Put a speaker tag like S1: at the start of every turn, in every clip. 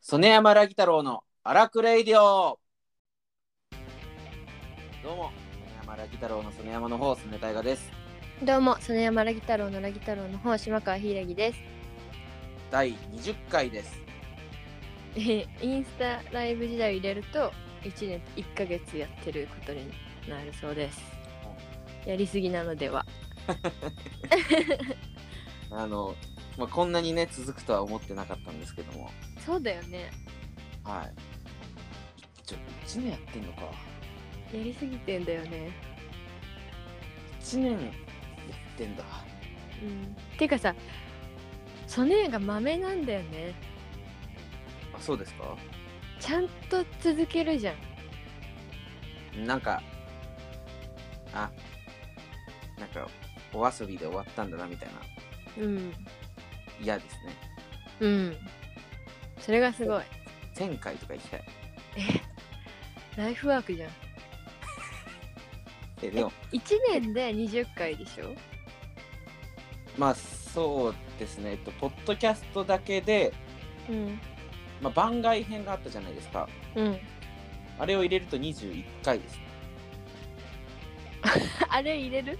S1: 曽根山ラギ太郎の荒くレイディオどうも曽根山ラギ太郎の曽根山の方曽根大河です
S2: どうも、曽根山ラギ太郎のラギ太郎の方、島川ひいらぎです。
S1: 第20回です
S2: えーインスタライブ時代を入れると、1年1ヶ月やってることになるそうです。やりすぎなのでは。
S1: あの、まあ、こんなにね続くとは思ってなかったんですけども
S2: そうだよね。
S1: はいちょ1年やってんのか
S2: やりすぎてんだよね。
S1: 1年やってんだ
S2: うん。てかさ、ソネが豆なんだよね。
S1: あそうですか
S2: ちゃんと続けるじゃん。
S1: なんかあなんかお遊びで終わったんだなみたいな
S2: うん。
S1: 嫌ですね
S2: うん。それがすごい。
S1: 1000回とか行きたい
S2: ライフワークじゃん。
S1: えでも
S2: 1年で20回でしょ
S1: まあそうですね、えっと、ポッドキャストだけで、
S2: うん。
S1: まあ、番外編があったじゃないですか。
S2: うん。
S1: あれを入れると21回です、ね。
S2: あれ入れる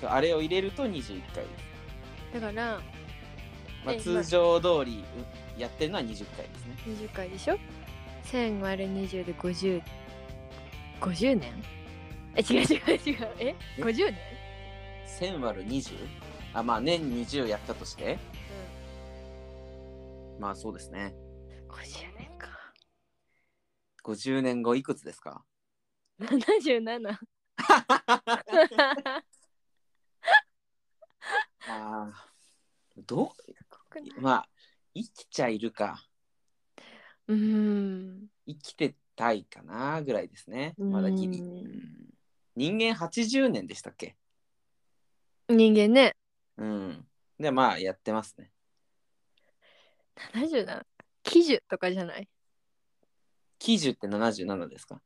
S1: そうあれを入れると21回です。
S2: だから、
S1: まあ、
S2: ええ
S1: 通常通りうんやってるのは20回ですね。
S2: 20回でしょ ?1000 割る20で50。50年え、違う違う違う。え ?50 年
S1: 1000割る 20? あ、まあ年20やったとして、まあそうですね。
S2: うん。50年か。
S1: 50年後いくつですか
S2: 77。
S1: あーど
S2: 国内
S1: うまあ生きちゃいるか
S2: うーん。
S1: 生きてたいかなぐらいですね。まだギリ。
S2: う
S1: うんん人間80年でしたっけ
S2: 人間ね、
S1: うん。で、まあ、やってますね。
S2: 77。喜寿とかじゃない
S1: 喜寿って77ですか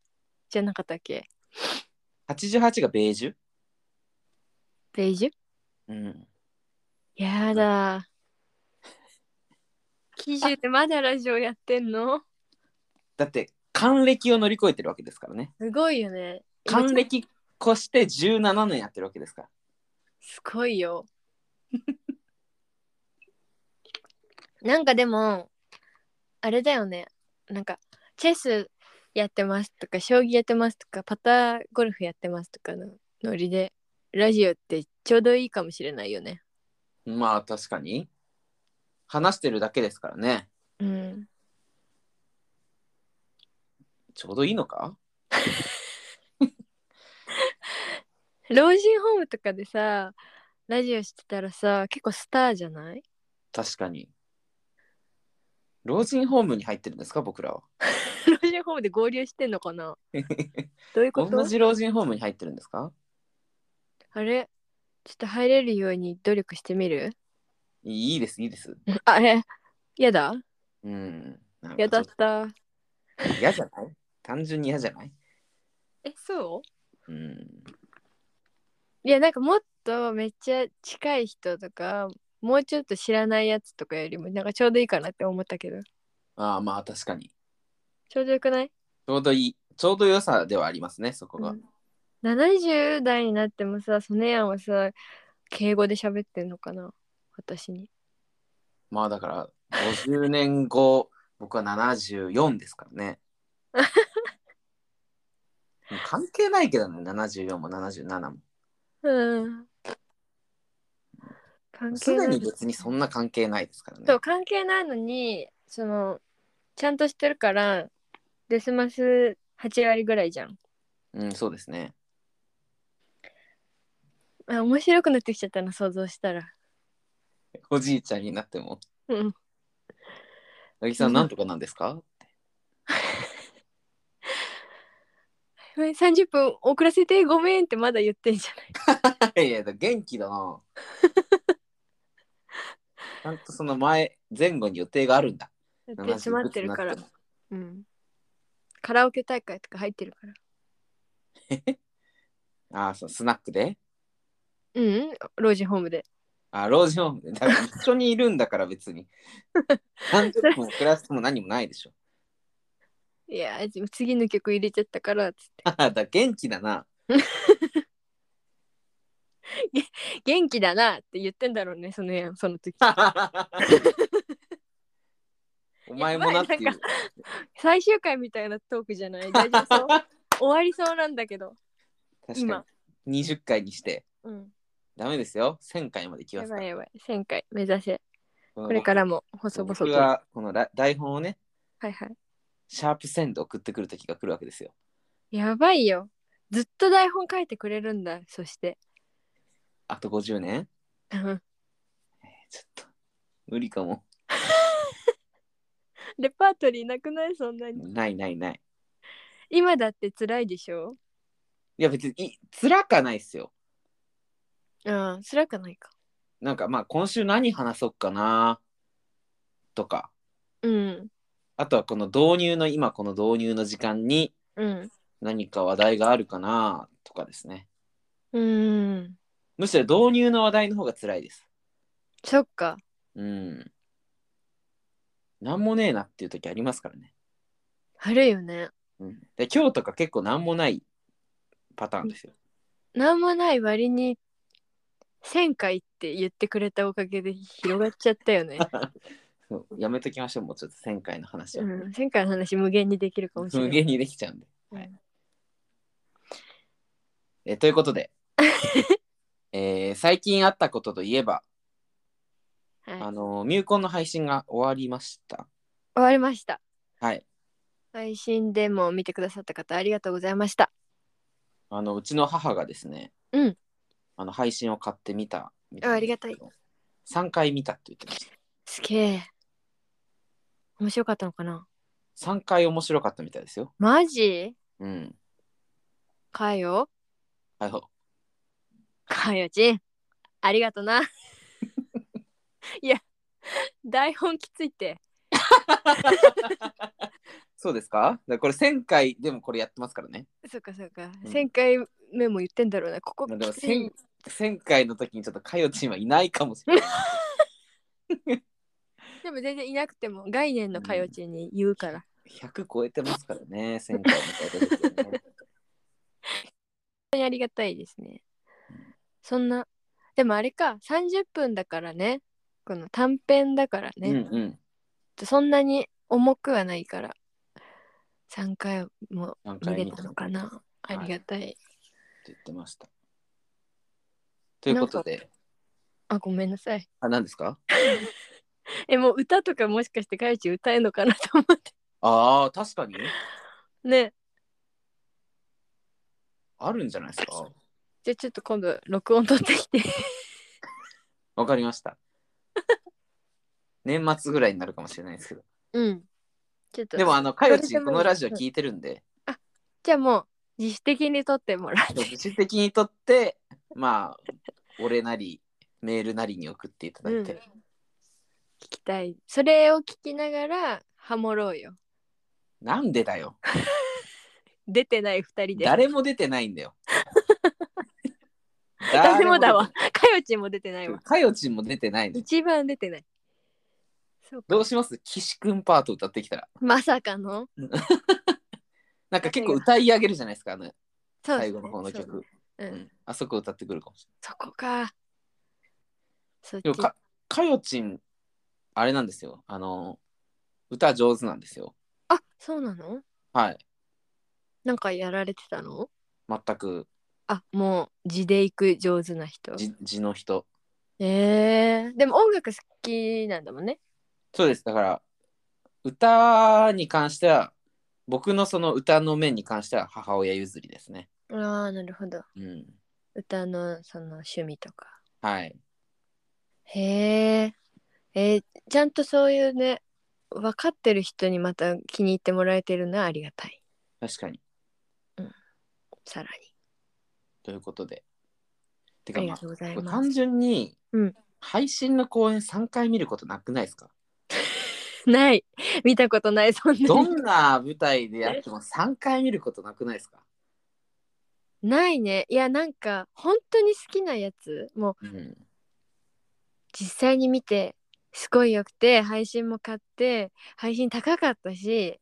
S2: じゃなかったっけ
S1: ?88 がベージュ
S2: ベージュ
S1: うん。
S2: やだ。喜寿ってまだラジオやってんの
S1: だって、還暦を乗り越えてるわけですからね。
S2: すごいよね。
S1: 還暦越して17年やってるわけですから。
S2: すごいよ。 なんかでもあれだよねなんかチェスやってますとか将棋やってますとかパターゴルフやってますとかのノリでラジオってちょうどいいかもしれないよね。
S1: まあ、確かに。話してるだけですからね。
S2: うん、
S1: ちょうどいいのか
S2: 老人ホームとかでさラジオしてたらさ結構スターじゃない
S1: 確かに。老人ホームに入ってるんですか僕らは。
S2: 老人ホームで合流してんのか などういうこと
S1: 同じ老人ホームに入ってるんですか
S2: あれちょっと入れるように努力してみる
S1: いいです、いいです。
S2: あえやだ
S1: うん。なんか
S2: やだっ。
S1: ちょったと嫌じゃない単純に嫌じゃない
S2: え、そ
S1: うん。
S2: ういや、なんかもっとめっちゃ近い人とか、もうちょっと知らないやつとかよりも、なんかちょうどいいかなって思ったけど、
S1: ああまあ確かに
S2: ちょうどよくない、
S1: ちょうどいいちょうど良さではありますねそこが、
S2: うん ?70 代になってもさ、ソネヤンはさ、敬語で喋ってんのかな私に。
S1: まあだから50年後 僕は74ですから ねもう関係ないけどね74も77も
S2: うん。関
S1: す
S2: 係
S1: で
S2: な
S1: に
S2: い。
S1: 別にそんな関係ないですからね
S2: そう、関係ないのに、その、ちゃんとしてるから、デスマス8割ぐらいじゃん。
S1: うんそうですね
S2: あ、面白くなってきちゃったな、想像したら。
S1: おじいちゃんになっても
S2: うん。
S1: 八木さんなんとかなんですか
S2: 30分遅らせてごめんってまだ言ってんじゃない
S1: いやいや元気だ なちゃんとその前前後に予定があるんだ
S2: やってしまってるか
S1: 70
S2: ら
S1: になっても
S2: うんカラオケ大会とか入ってるから
S1: ああそうスナックで
S2: うん老人ホームで
S1: あ、老人ホームで。だから一緒にいるんだから別 に。30分遅らせても何もないでしょ。
S2: いやーでも次の曲入れちゃったからつって
S1: あだ元気だ な。
S2: 元気だなって言ってんだろうねそのやんその時
S1: お前もなってい
S2: やば
S1: う
S2: い。最終回みたいなトークじゃない大丈 夫そう終わりそうなんだけど
S1: 確か
S2: 今
S1: に。20回にして。
S2: うん
S1: ダメですよ。1000回まで来ま
S2: や
S1: すか
S2: ば
S1: ら
S2: い。やばい1000回目指せ
S1: この
S2: これからも細々と
S1: 僕
S2: は
S1: がこのら台本をね、
S2: いはい
S1: シャープ1000で送ってくる時が来るわけですよ。
S2: やばいよずっと台本書いてくれるんだそして
S1: あと50年
S2: うん
S1: ちょっと。無理かも。
S2: レパートリーなくないそんなに
S1: ないないない。
S2: 今だって辛いでしょ
S1: いや別にい辛かないっすよ。
S2: うん辛くないか
S1: なんかまあ今週何話そうかなとか。
S2: うん
S1: あとはこの導入の今この導入の時間に
S2: うん
S1: 何か話題があるかなとかですね。
S2: うん
S1: むしろ導入の話題の方が辛いです。
S2: そっか
S1: うん。なんもねえなっていう時ありますからね。
S2: あるよね
S1: うん、で今日とか結構なんもないパターンですよ。
S2: なんもない割に1000回って言ってくれたおかげで広がっちゃったよね。
S1: そうやめときましょう、もうちょっと1000回の話
S2: う
S1: は。
S2: ん、1000回の話無限にできるかもしれ
S1: 無
S2: ない。
S1: 限にできちゃうんで。はい
S2: うん
S1: えということ で、えー最近あったことといえば、
S2: はい、
S1: あ
S2: 終
S1: のミューコンの配信が終わりました。
S2: わりました。
S1: はい。
S2: 配信でも見てくださった方ありがとうございました。
S1: あのうちの母がですね、
S2: うん
S1: あの配信を買ってみたみ
S2: あありがたい。
S1: 3回見たって言ってまし
S2: すげえ。面白かったのかな
S1: た。3回面白かったみたいですよ。
S2: マジ
S1: うん。
S2: かよ
S1: はいほ
S2: かよちん。ありがとな。いや、台本きついって。
S1: そうですかだからこれ1000回でもこれやってますからね。
S2: そっかそっか。
S1: うん
S2: 1000回目も言ってんだろうな。ここ
S1: まあでも
S2: きつい
S1: 1000, 1000回の時にちょっとかよちんはいないかもしれない。
S2: でも全然いなくても概念のかよちんに言うから、
S1: 100超えてますからね、1000回の時、ね。
S2: ありがたいですねそんなでもあれか30分だからねこの短編だから
S1: うん
S2: ね、
S1: うん。
S2: そんなに重くはないから3回も
S1: 3
S2: 見
S1: 回
S2: れ
S1: 見
S2: た
S1: た
S2: の
S1: と
S2: かな
S1: はい
S2: ありがたい、
S1: 言ってました。ということで、
S2: あごめんなさい
S1: あ、何ですか
S2: えもう歌とかもしかしてかよちん歌えるのかなと思って
S1: ああ、確かに
S2: ね
S1: あるんじゃないですか。
S2: じゃあちょっと今度録音取って きて
S1: わかりました。年末ぐらいになるかもしれないですけど。
S2: うんちょっと
S1: でも、あの、かよち
S2: それで
S1: ん、
S2: も
S1: このラジオ聞いてるんで、
S2: じゃあもう自主的に撮ってもらって
S1: 自主的にとって、まあ、俺なり、メールなりに送っていただいて、
S2: うん聞きたいそれを聞きながらハモろうよ
S1: なんでだよ。
S2: 出てない二人で
S1: 誰も出てないんだ よ。
S2: 私もだわかよちんも出てな
S1: 誰も出てな
S2: い
S1: い。
S2: わ
S1: かよちんも出てないのよ。
S2: 一番出てないそうか
S1: どうします岸くんパート歌ってきたら。
S2: まさかの
S1: なんか結構歌い上げるじゃないですか、あの
S2: そうです
S1: 最
S2: ね
S1: 後の方の
S2: そう
S1: 曲。
S2: う
S1: うんん、あそこ歌ってくるかもし
S2: そこかそっち
S1: れない。でもか、かよちん、あれなんですよ。あの、歌上手なんですよ。
S2: あそうなの
S1: はい。
S2: なんかやられてたの
S1: 全く
S2: あもう字で行く上手な人
S1: じ地の人。
S2: えー、でも音楽好きなんだもんね
S1: そうです。だから、歌に関しては、僕のその歌の面に関しては母親譲りですね。
S2: ああなるほど
S1: うん。
S2: 歌のその趣味とか
S1: はい。
S2: へえ。えーちゃんとそういうね、分かってる人にまた気に入ってもらえてるのはありがたい。
S1: 確かに。
S2: さら
S1: ということで。て
S2: に。あ
S1: か、
S2: り
S1: ま
S2: が
S1: あ
S2: とうござい
S1: これ
S2: ま
S1: 単純に、
S2: うん
S1: 配信の公演3回見ることなくないですか
S2: す。 ない。見たことない、そんな
S1: ど
S2: に。
S1: んな舞台でやっても3回見ることなくないですか、
S2: ないね。いや、なんか、本当に好きなやつ、も
S1: う
S2: う
S1: ん、
S2: 実際に見てすごいよくて配信も買って配信高かったし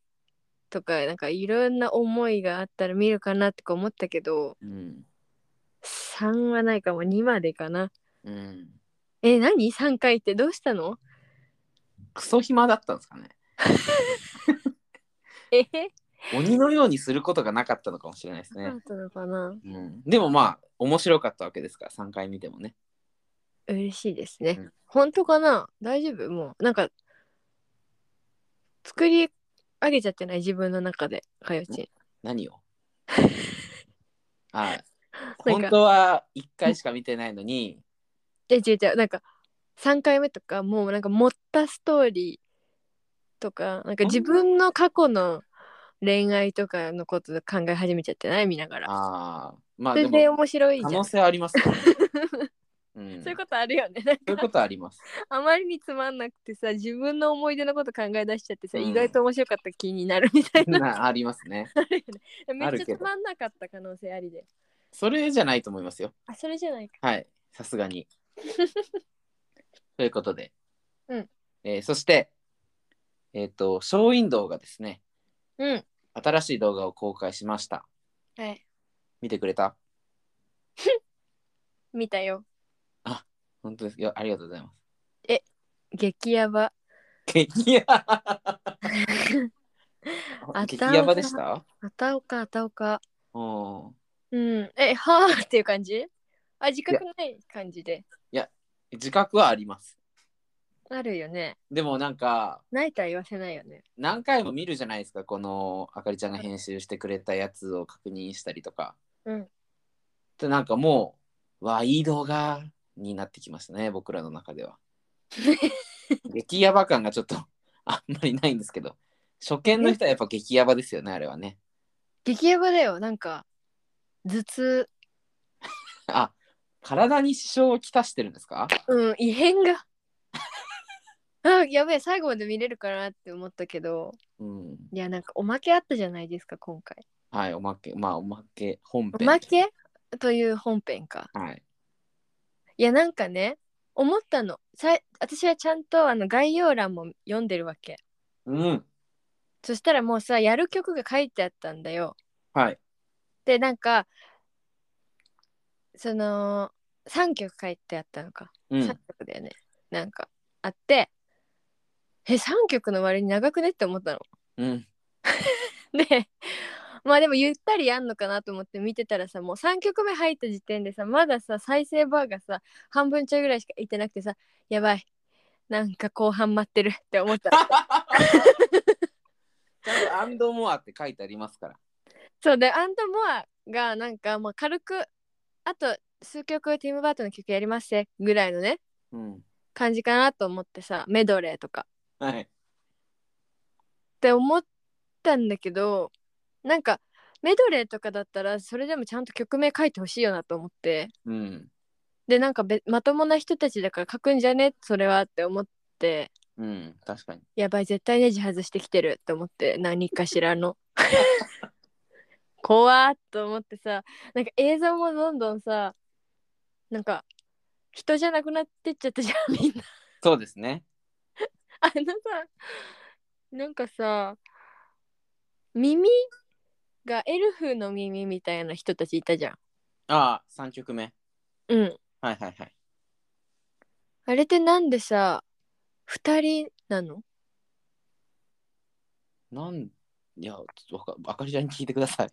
S2: とかなんかいろんな思いがあったら見るかなとか思ったけど
S1: うん。
S2: 3はないかも2までかな
S1: うん。
S2: え何3回ってどうしたの
S1: クソ暇だったんですかね。
S2: え
S1: 鬼のようにすることがなかったのかもしれないです
S2: そうだ
S1: ね
S2: っ。たのかな
S1: うん、でもまあ、面白かったわけですから、3回見てもね。
S2: 嬉しいですね、
S1: うん
S2: 本当かな大丈夫もうなんか作り上げちゃってない自分の中でかよちん
S1: 何 をあ
S2: か
S1: 本当は1回しか見てないのに、
S2: え違う違うなんか3回目とかもうなんか持ったストーリーとかなんか自分の過去の恋愛とかのこと考え始めちゃってない見ながら
S1: ああ、まあ
S2: そ
S1: で
S2: れで
S1: も
S2: 面白いじ
S1: 可
S2: ゃん
S1: 能性あります よね。うん、
S2: そういうことあるよね なんか
S1: そういうことあります。
S2: あまりにつまんなくてさ自分の思い出のこと考え出しちゃってさ、
S1: うん
S2: 意外と面白かった気になるみた いな
S1: なありますね。
S2: あるよねめ
S1: あ
S2: っ
S1: る
S2: ち
S1: け
S2: ゃ
S1: ど
S2: つまんなかった可能性ありで
S1: それじゃないと思いますよ。
S2: あそれじゃないか
S1: はい、さすがに。ということで、
S2: うん
S1: えーそして、えっ、と、ショーウィンドウがですね、
S2: うん
S1: 新しい動画を公開しました。
S2: はい
S1: 見てくれた
S2: 見たよ
S1: 本当ですよ。ありがとうございます。
S2: 激ヤバ
S1: 激ヤバ
S2: あ
S1: 激ヤバでした
S2: あたおかあたおか
S1: うん。
S2: うんえはあっていう感じあ自覚ない感じで
S1: 自覚はあります。
S2: あるよね
S1: でもなんか、
S2: ないとは言わせないよね
S1: 何回も見るじゃないですかこのあかりちゃんが編集してくれたやつを確認したりとか。
S2: うん
S1: でなんかもうわあいい動画になってきましたね僕らの中 では。激ヤバ感がちょっとあんまりないんですけど初見の人はやっぱ激ヤバですよねあれはね。
S2: 激ヤバだよなんか頭痛
S1: あ体に支障をきたしてるんですか
S2: うん異変があやべえ最後まで見れるかなって思ったけど
S1: うん。
S2: いやなんかおまけあったじゃないですか今回
S1: はいおまけまあおまけ本
S2: お
S1: 編。
S2: まけという本編か
S1: はい。
S2: いやなんかね思ったのさい私はちゃんとあの概要欄も読んでるわけ
S1: うん。
S2: そしたらもうさやる曲が書いてあったんだよ
S1: はい。
S2: でなんかその3曲書いてあったのか、
S1: う
S2: 三
S1: ん
S2: 3。曲だよねなんかあってえ3曲の割に長くねって思ったの
S1: うん。
S2: でまあでもゆったりやんのかなと思って見てたらさもう3曲目入った時点でさまださ再生バーがさ半分ちょいぐらいしかいってなくてさやばいなんか後半待ってるって 思ったの
S1: ちゃんとアンドモアって書いてありますから。
S2: そうでアンドモアがなんかもう軽くあと数曲ティム・バートンの曲やりますせぐらいのね
S1: うん。
S2: 感じかなと思ってさメドレーとか
S1: はい。
S2: って思ったんだけどなんかメドレーとかだったらそれでもちゃんと曲名書いてほしいよなと思って
S1: うん。
S2: でなんかべまともな人たちだから書くんじゃねそれはって思って
S1: うん。確かに。
S2: やばい絶対ネジ外してきてるって思って何かしらの怖っと思ってさなんか映像もどんどんさなんか人じゃなくなってっちゃったじゃんみんな
S1: そうですね。
S2: あのさなんかさ耳がエルフの耳みたいな人たちいたじゃん。
S1: ああ、三曲目。
S2: うん。
S1: はいはいはい。
S2: あれってなんでさ2人なの
S1: なん、いや、ちょっとわか、あかりちゃんに聞いてください。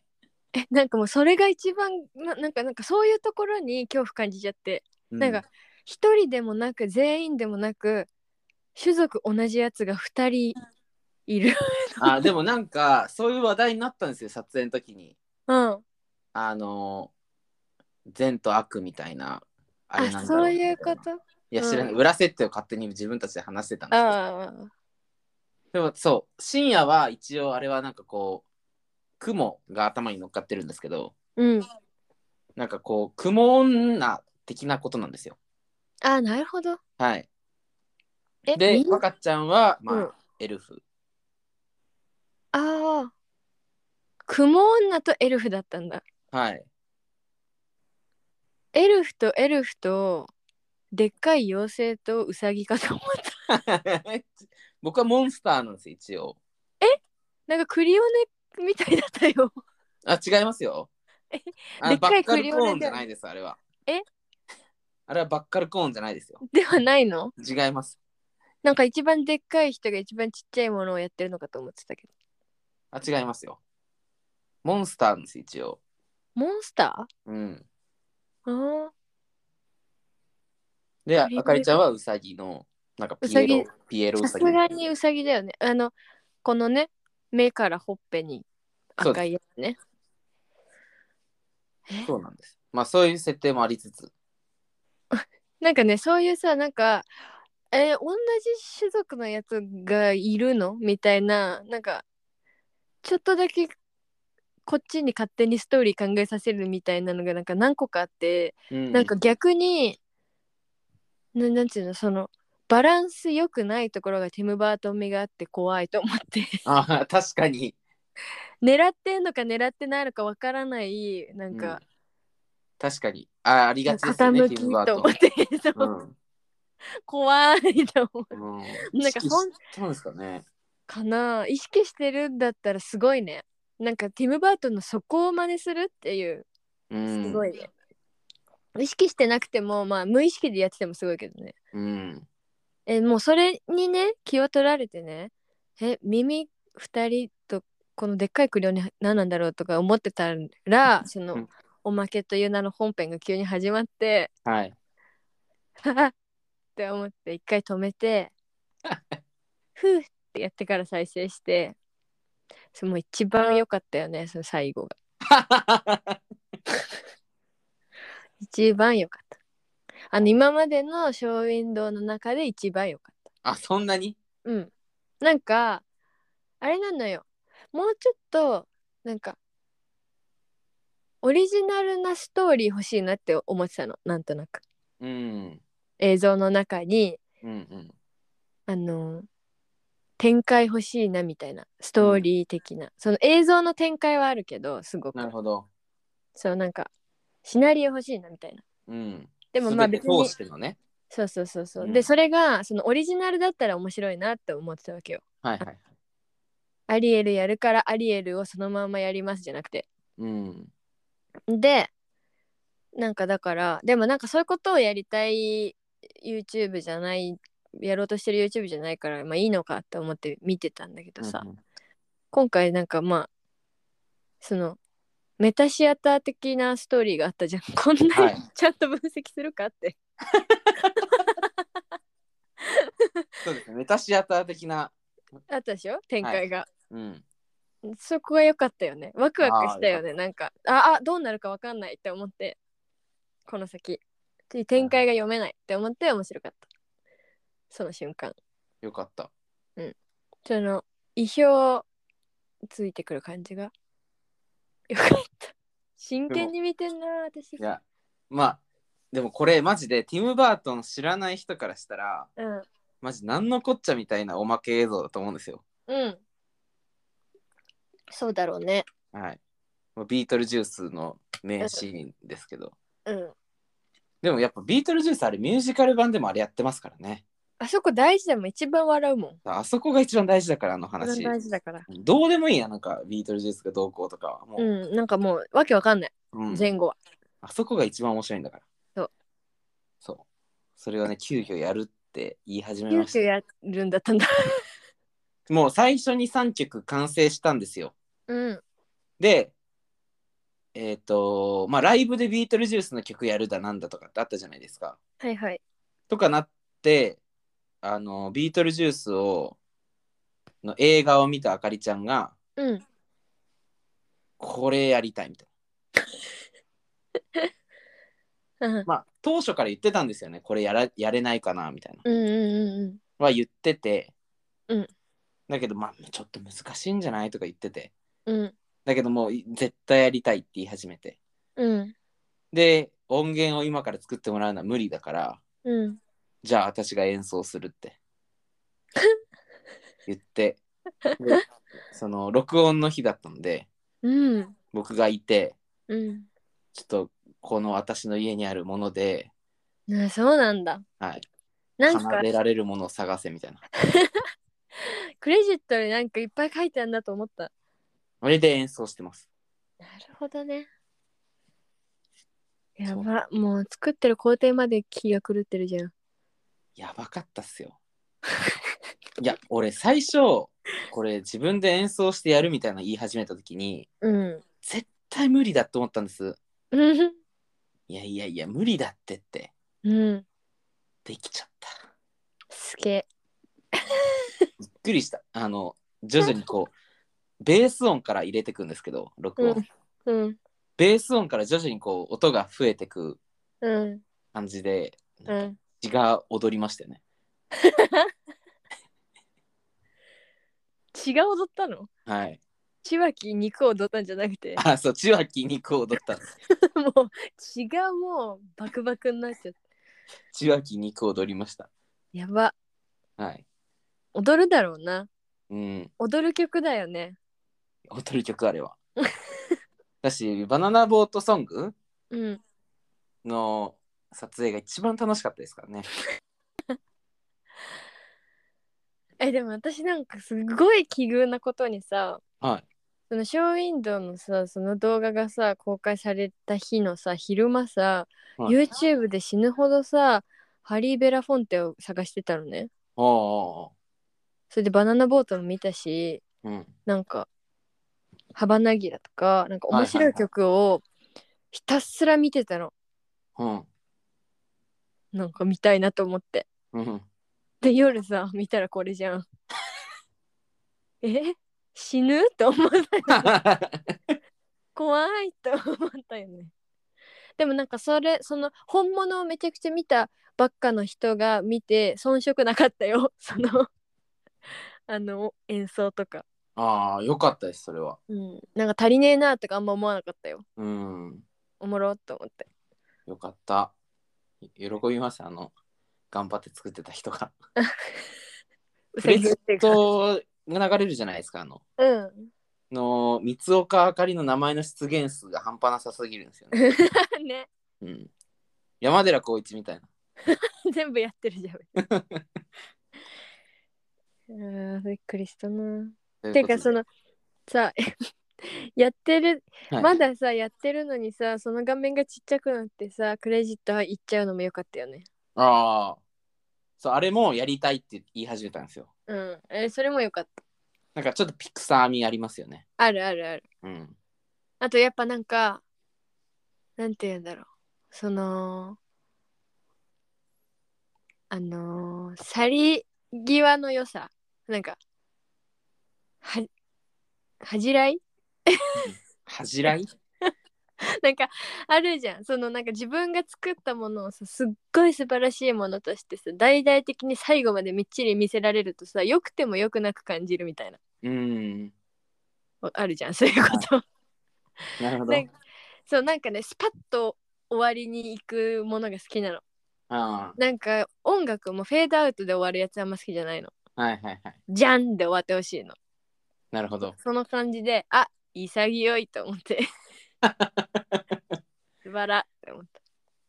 S2: えなんかもうそれが一番ななんかなんかそういうところに恐怖感じちゃって、
S1: う
S2: なんか、一人でもなく全員でもなく種族同じやつが二人いる
S1: ああ、でもなんか、そういう話題になったんですよ、撮影の時に。
S2: うん
S1: あのー、善と悪みたいな。あ
S2: あ
S1: れなんだろ
S2: そういうこ
S1: みた
S2: と
S1: ないや、知らない。
S2: うん
S1: 裏設定を勝手に自分たちで話してたんですけど。
S2: ああ
S1: でもそう深夜は一応あれはなんかこう雲が頭に乗っかってるんですけど
S2: うん
S1: なんかこう雲女的なことなんですよ
S2: あなるほど
S1: はい
S2: え
S1: で
S2: みんな
S1: 若ちゃんはまあ、
S2: うん
S1: エルフ
S2: ああ雲女とエルフだったんだ
S1: はい
S2: エルフとエルフとでっかい妖精とウサギかと思った。
S1: 僕はモンスターなんですよ一応
S2: なんかクリオネみたいだったよ。
S1: あ違いますよ
S2: え
S1: あ
S2: でっ
S1: バ
S2: か
S1: ッ
S2: い
S1: カ
S2: ク
S1: ル
S2: リオネ
S1: コーンじ
S2: だよね
S1: ゃないですあれは
S2: え
S1: あれはバッカルコーンじゃないですよ
S2: ではないの
S1: 違います
S2: なんか一番でっかい人が一番ちっちゃいものをやってるのかと思ってたけど。
S1: あ違いますよモンスターなんです一応
S2: モンスタ
S1: うん
S2: ーああ。
S1: であ
S2: クリオネ
S1: かりちゃんはウサギのなんかピエロ
S2: ウサ
S1: ピエロウ
S2: さ
S1: サ
S2: す
S1: ギ
S2: がにウサギだよね。あの、このね、目からほっぺに赤いやつね。え
S1: そうなんですまあそういう設定もありつつ
S2: なんかね、そういうさ、なんか、えー同じ種族のやつがいるのみたいな、なんか、ちょっとだけこっちに勝手にストーリー考えさせるみたいなのがなんか何個かあって、
S1: うん
S2: なんか逆に、ななんていうの、その、バランス良くないところがティム・バートン味があって怖いと思って。
S1: あ確かに
S2: 狙ってんのか狙ってないのかわからないな
S1: う
S2: ん
S1: ん
S2: か、
S1: 確かにあありがちですよね
S2: 傾
S1: テ
S2: き
S1: ィムバー
S2: と
S1: ト
S2: 思って そう
S1: ン
S2: 怖いと思う
S1: うんうん
S2: なんかほん
S1: 意識したんですかね
S2: かな意識してるんだったらすごいねなんかティム・バートンのそこを真似するっていう
S1: うん
S2: すごいね、意識してなくてもまあ無意識でやっててもすごいけどね
S1: うん
S2: えもうそれにね気を取られてねえ耳2人とこのでっかいクリオネ何なんだろうとか思ってたらその、
S1: うん
S2: おまけという名の本編が急に始まって
S1: はい
S2: はっって思って一回止め てふうってやってから再生してその一番良かったよねその最後が一番良かったあの今までのショーウィンドウの中で一番良かっ
S1: あそんなに
S2: たうんなんかあれなのよもうちょっとなんかオリジナルなストーリー欲しいなって思ってたのなんとなく
S1: うん
S2: 映像の中に
S1: うんうん
S2: あの展開欲しいなみたいなストーリー的な、その映像の展開はあるけどすごく
S1: なるほど
S2: そうなんかシナリオ欲しいなみたいな
S1: うん
S2: でもまあ
S1: 全
S2: 別
S1: て
S2: に
S1: 通してのね
S2: そうそうそうそう、
S1: うん
S2: でそれがそのオリジナルだったら面白いなって思ってたわけよ
S1: はいはい
S2: アリエルやるからアリエルをそのまんまやりますじゃなくて
S1: うん
S2: でなんかだからでもなんかそういうことをやりたい YouTube じゃないやろうとしてる YouTube じゃないからまあいいのかって思って見てたんだけどさ、
S1: うん
S2: 今回なんかまあそのメタシアター的なストーリーがあったじゃん こんなに
S1: はい
S2: ちゃんと分析するかって、
S1: そうですねメタシアター的な
S2: あったでしょ展開が、
S1: うん
S2: そこが良かったよねワクワクしたよねなんかああどうなるか分かんないって思ってこの先で展開が読めないって思って面白かったその瞬間
S1: よかった
S2: その意表ついてくる感じがよかった真剣に見てんな私
S1: いやまあでもこれマジでティム・バートン知らない人からしたら
S2: うん
S1: マジ何のこっちゃみたいなおまけ映像だと思うんですよ
S2: うんそうだろうね
S1: はいもうビートルジュースの名シーンですけど
S2: うん
S1: でもやっぱビートルジュースあれミュージカル版でもあれやってますからね
S2: あそこ大事でもん一番笑うもん
S1: あそこが一番大事だからあの
S2: 一
S1: 話
S2: 番大事だから
S1: どうでもいいやなんかビートルジュースがどうこうとかはも
S2: う
S1: う、
S2: んなんかもうわけわかんない、
S1: うん
S2: 前後は
S1: あそこが一番面白いんだから
S2: そう
S1: そうそれをね急遽やるって言い始め
S2: 急
S1: まし
S2: 遽やるんだったんだ
S1: たもう最初に3曲完成したんですよ
S2: うん
S1: でえっ、とまあライブでビートルジュースの曲やるだなんだとかってあったじゃないですか
S2: はいはい
S1: とかなってあのビートルジュースをの映画を見たあかりちゃんが
S2: うん
S1: これやりたいみたいな
S2: うん
S1: まあ当初から言ってたんですよねこれやらやれないかなみたいな
S2: うんうん
S1: は言ってて、
S2: うん
S1: だけどまあちょっと難しいんじゃないとか言ってて
S2: うんうん
S1: だけどもうい絶対やりたいって言い始めて
S2: うん
S1: で音源を今から作ってもらうのは無理だから
S2: うん
S1: じゃあ私が演奏するって 言ってでその録音の日だったので
S2: うん
S1: 僕がいて
S2: うん
S1: ちょっとこの私の家にあるもので
S2: ねそうなんだ。
S1: はい。
S2: なん
S1: 奏
S2: か
S1: でられるものを探せみたいな。
S2: クレジットになんかいっぱい書いてあるんだと思った。
S1: あれで演奏してます。
S2: なるほどね。やば、もう作ってる工程まで気が狂ってるじゃん。
S1: やばかったっすよ。 いや、俺最初、これ自分で演奏してやるみたいな言い始めた時に、
S2: うん。
S1: 絶対無理だって思ったんです。
S2: うん。
S1: いやいやいや、無理だってって、
S2: うん。
S1: できちゃった。
S2: すげえ。
S1: びっくりした。あの、徐々にこう、ベース音から入れてくんですけど、録音。
S2: うんうん。
S1: ベース音から徐々にこう、音が増えてく
S2: うん。
S1: 感じで、
S2: う
S1: なんか
S2: ん。
S1: 血が踊りましたよね。
S2: 血が踊ったの
S1: はい。
S2: 血はき肉を踊ったんじゃなくて
S1: あ、そう、血は筋肉を踊ったんです。
S2: もう血がもうバクバクになっちゃった
S1: 血は筋肉を踊りました。
S2: やば
S1: はい。
S2: 踊るだろうな
S1: うん。
S2: 踊る曲だよね
S1: 踊る曲あ れは。だし、バナナボートソング
S2: うん
S1: の撮影が一番楽しかったですからね。
S2: えでも私なんかすごい奇遇なことにさ
S1: はい。
S2: そのショーウィンドウのさその動画がさ公開された日のさ昼間さ、
S1: はい
S2: YouTube で死ぬほどさハリー・ベラフォンテを探してたのね
S1: おうおうお
S2: それでバナナボートも見たし
S1: ううん。
S2: なんか「ハバナギラ」とかなんか
S1: はいはい
S2: 面白い曲をひたすら見てたの、
S1: うん。
S2: なんか見たいなと思って
S1: うん。
S2: で夜さ見たらこれじゃん え死ぬと思った怖いと思ったよねでもなんかそれその本物をめちゃくちゃ見たばっかの人が見て遜色なかったよ そのあの演奏とか、
S1: ああ、よかったです、それは。
S2: うん、なんか足りねえなとかあんま思わなかったよ
S1: うん。
S2: おもろっと思って
S1: よかった。喜びます、あの、頑張って作ってた人が。
S2: う
S1: ク
S2: さぎ
S1: レジ
S2: ってい
S1: ッ
S2: うか
S1: トが流れるじゃないですか、あの。
S2: うん
S1: の、三岡あかりの名前の出現数が半端なさすぎるんですよ ね。
S2: ね
S1: うん。山寺宏一みたいな。
S2: 全部やってるじゃん うーんびっくりしたな
S1: と
S2: て
S1: いう
S2: いう
S1: こと
S2: か
S1: で
S2: そ、のさ やってる、
S1: はい
S2: まださやってるのにさその画面がちっちゃくなってさクレジットいっちゃうのもよかったよね
S1: ああ。そう、あれもやりたいって言い始めたんですよ。
S2: うんえそれもよかった
S1: なんかちょっとピクサー味ありますよね。
S2: あるあるある
S1: うん。
S2: あとやっぱなんかなんて言うんだろうそのあのー去り際の良さなんかは恥じらい
S1: 恥じらい
S2: なんかあるじゃんそのなんか自分が作ったものをさすっごい素晴らしいものとしてさ大々的に最後までみっちり見せられるとさ良くても良くなく感じるみたいな
S1: うん。
S2: おあるじゃんそういうこと
S1: なるほど。
S2: なんかそうなんかねスパッと終わりに行くものが好きなの
S1: あ
S2: なんか音楽もフェードアウトで終わるやつあんま好きじゃないの
S1: あ。はいはいはい。
S2: じゃんで終わってほしいの
S1: なるほど。
S2: その感じであ潔いと思って 素晴らって思った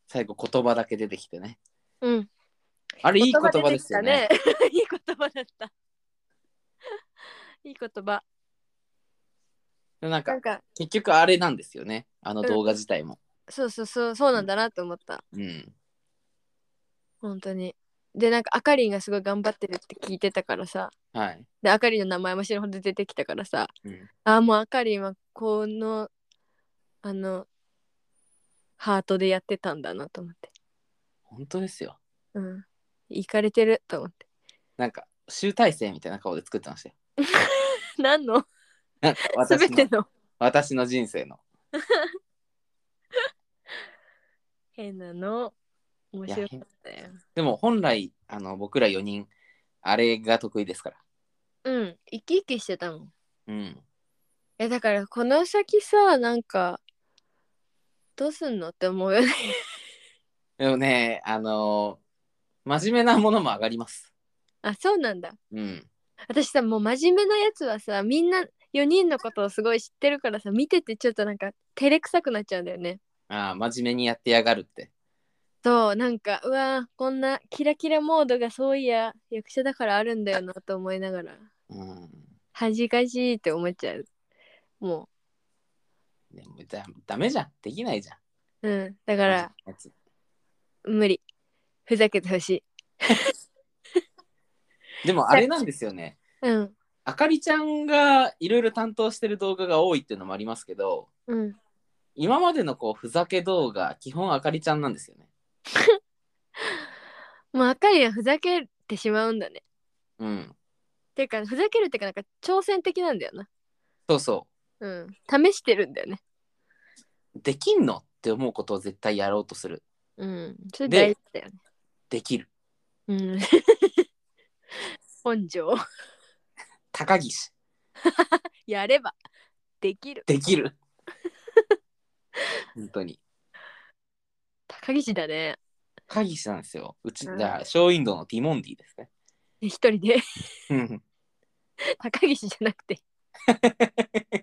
S1: 最後言葉だけ出てきてね。
S2: うん
S1: あれいい言葉
S2: 出
S1: で
S2: てき
S1: すよ
S2: た
S1: ね。。
S2: いい言葉だった。いい言葉。
S1: なん
S2: な
S1: か
S2: んか、
S1: 結局あれなんですよね。あの動画自体も。
S2: そうそうそう、そうなんだなと思った。
S1: うん。
S2: 本当に。で、なんか、あかりんがすごい頑張ってるって聞いてたからさ。
S1: はい。
S2: で、あかりんの名前も知るほど出てきたからさ。
S1: うん
S2: あーもうあかりんはこの、あの、ハートでやってたんだなと思って。
S1: 本当ですよ。
S2: うん。いかれてると思って。
S1: なんか集大成みたいな顔で作ってましたよ。
S2: 何の
S1: なんか
S2: すべ
S1: 私
S2: て
S1: の
S2: の
S1: 私の人生の。
S2: 変なの。面白かったよ。
S1: でも本来あの僕ら4人あれが得意ですから。
S2: うん。生き生きしてたもん。
S1: うん。
S2: えだからこの先さなんかどうすんのって思うよね
S1: でもね、あの真面目なものも上がります。
S2: あそうなんだ
S1: うん。
S2: 私さもう真面目なやつはさみんな4人のことをすごい知ってるからさ見ててちょっとなんか照れくさくなっちゃうんだよね
S1: ああ、真面目にやってやがるって。
S2: そうなんかうわーこんなキラキラモードがそういや役者だからあるんだよなと思いながら
S1: うん。
S2: 恥ずかしいって思っちゃうも
S1: でもだダメじゃん。できないじゃん。
S2: ううんだ
S1: だ
S2: から。無理ふざけてほしい
S1: でもあれなんですよね。
S2: うん
S1: あかりちゃんがいろいろ担当してる動画が多いっていうのもありますけど、
S2: うん
S1: 今までのこうふざけ動画、基本あかりちゃんなんですよね。
S2: もうあかりはふざけてしまうんだね
S1: うん。
S2: ていうかふざけるっていうかなんか挑戦的なんだよな
S1: そうそ
S2: うん試してるんだよね
S1: う。できんのって思うことを絶対やろうとする。
S2: うんそれ
S1: で
S2: 大事だよね
S1: できる。
S2: うん 根性
S1: 高岸。
S2: やればできる
S1: でき る。本当に。
S2: 高岸だね
S1: 高岸なんですよ。うち、
S2: うん
S1: じゃあ、ショーウィンドウのティモンディですね。
S2: 一人で
S1: うん
S2: 高岸じゃなくて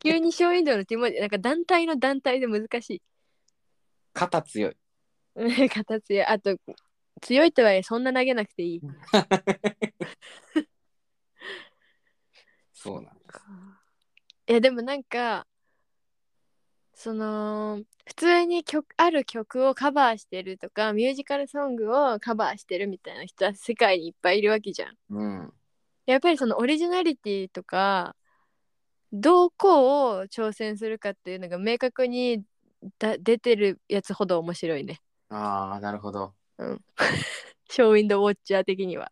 S2: 急に小インドのティモンディなんか団体の団体で難しい
S1: 肩強い。
S2: うん肩強い あと強いとはいえそんな投げなくていい
S1: そうなんです。
S2: いやでもなんかその普通に曲ある曲をカバーしてるとかミュージカルソングをカバーしてるみたいな人は世界にいっぱいいるわけじゃん。
S1: うん。
S2: やっぱりそのオリジナリティとかどこを挑戦するかっていうのが明確にだ出てるやつほど面白いね。
S1: ああ、なるほど。
S2: ショーウィンドウォッチャー的には。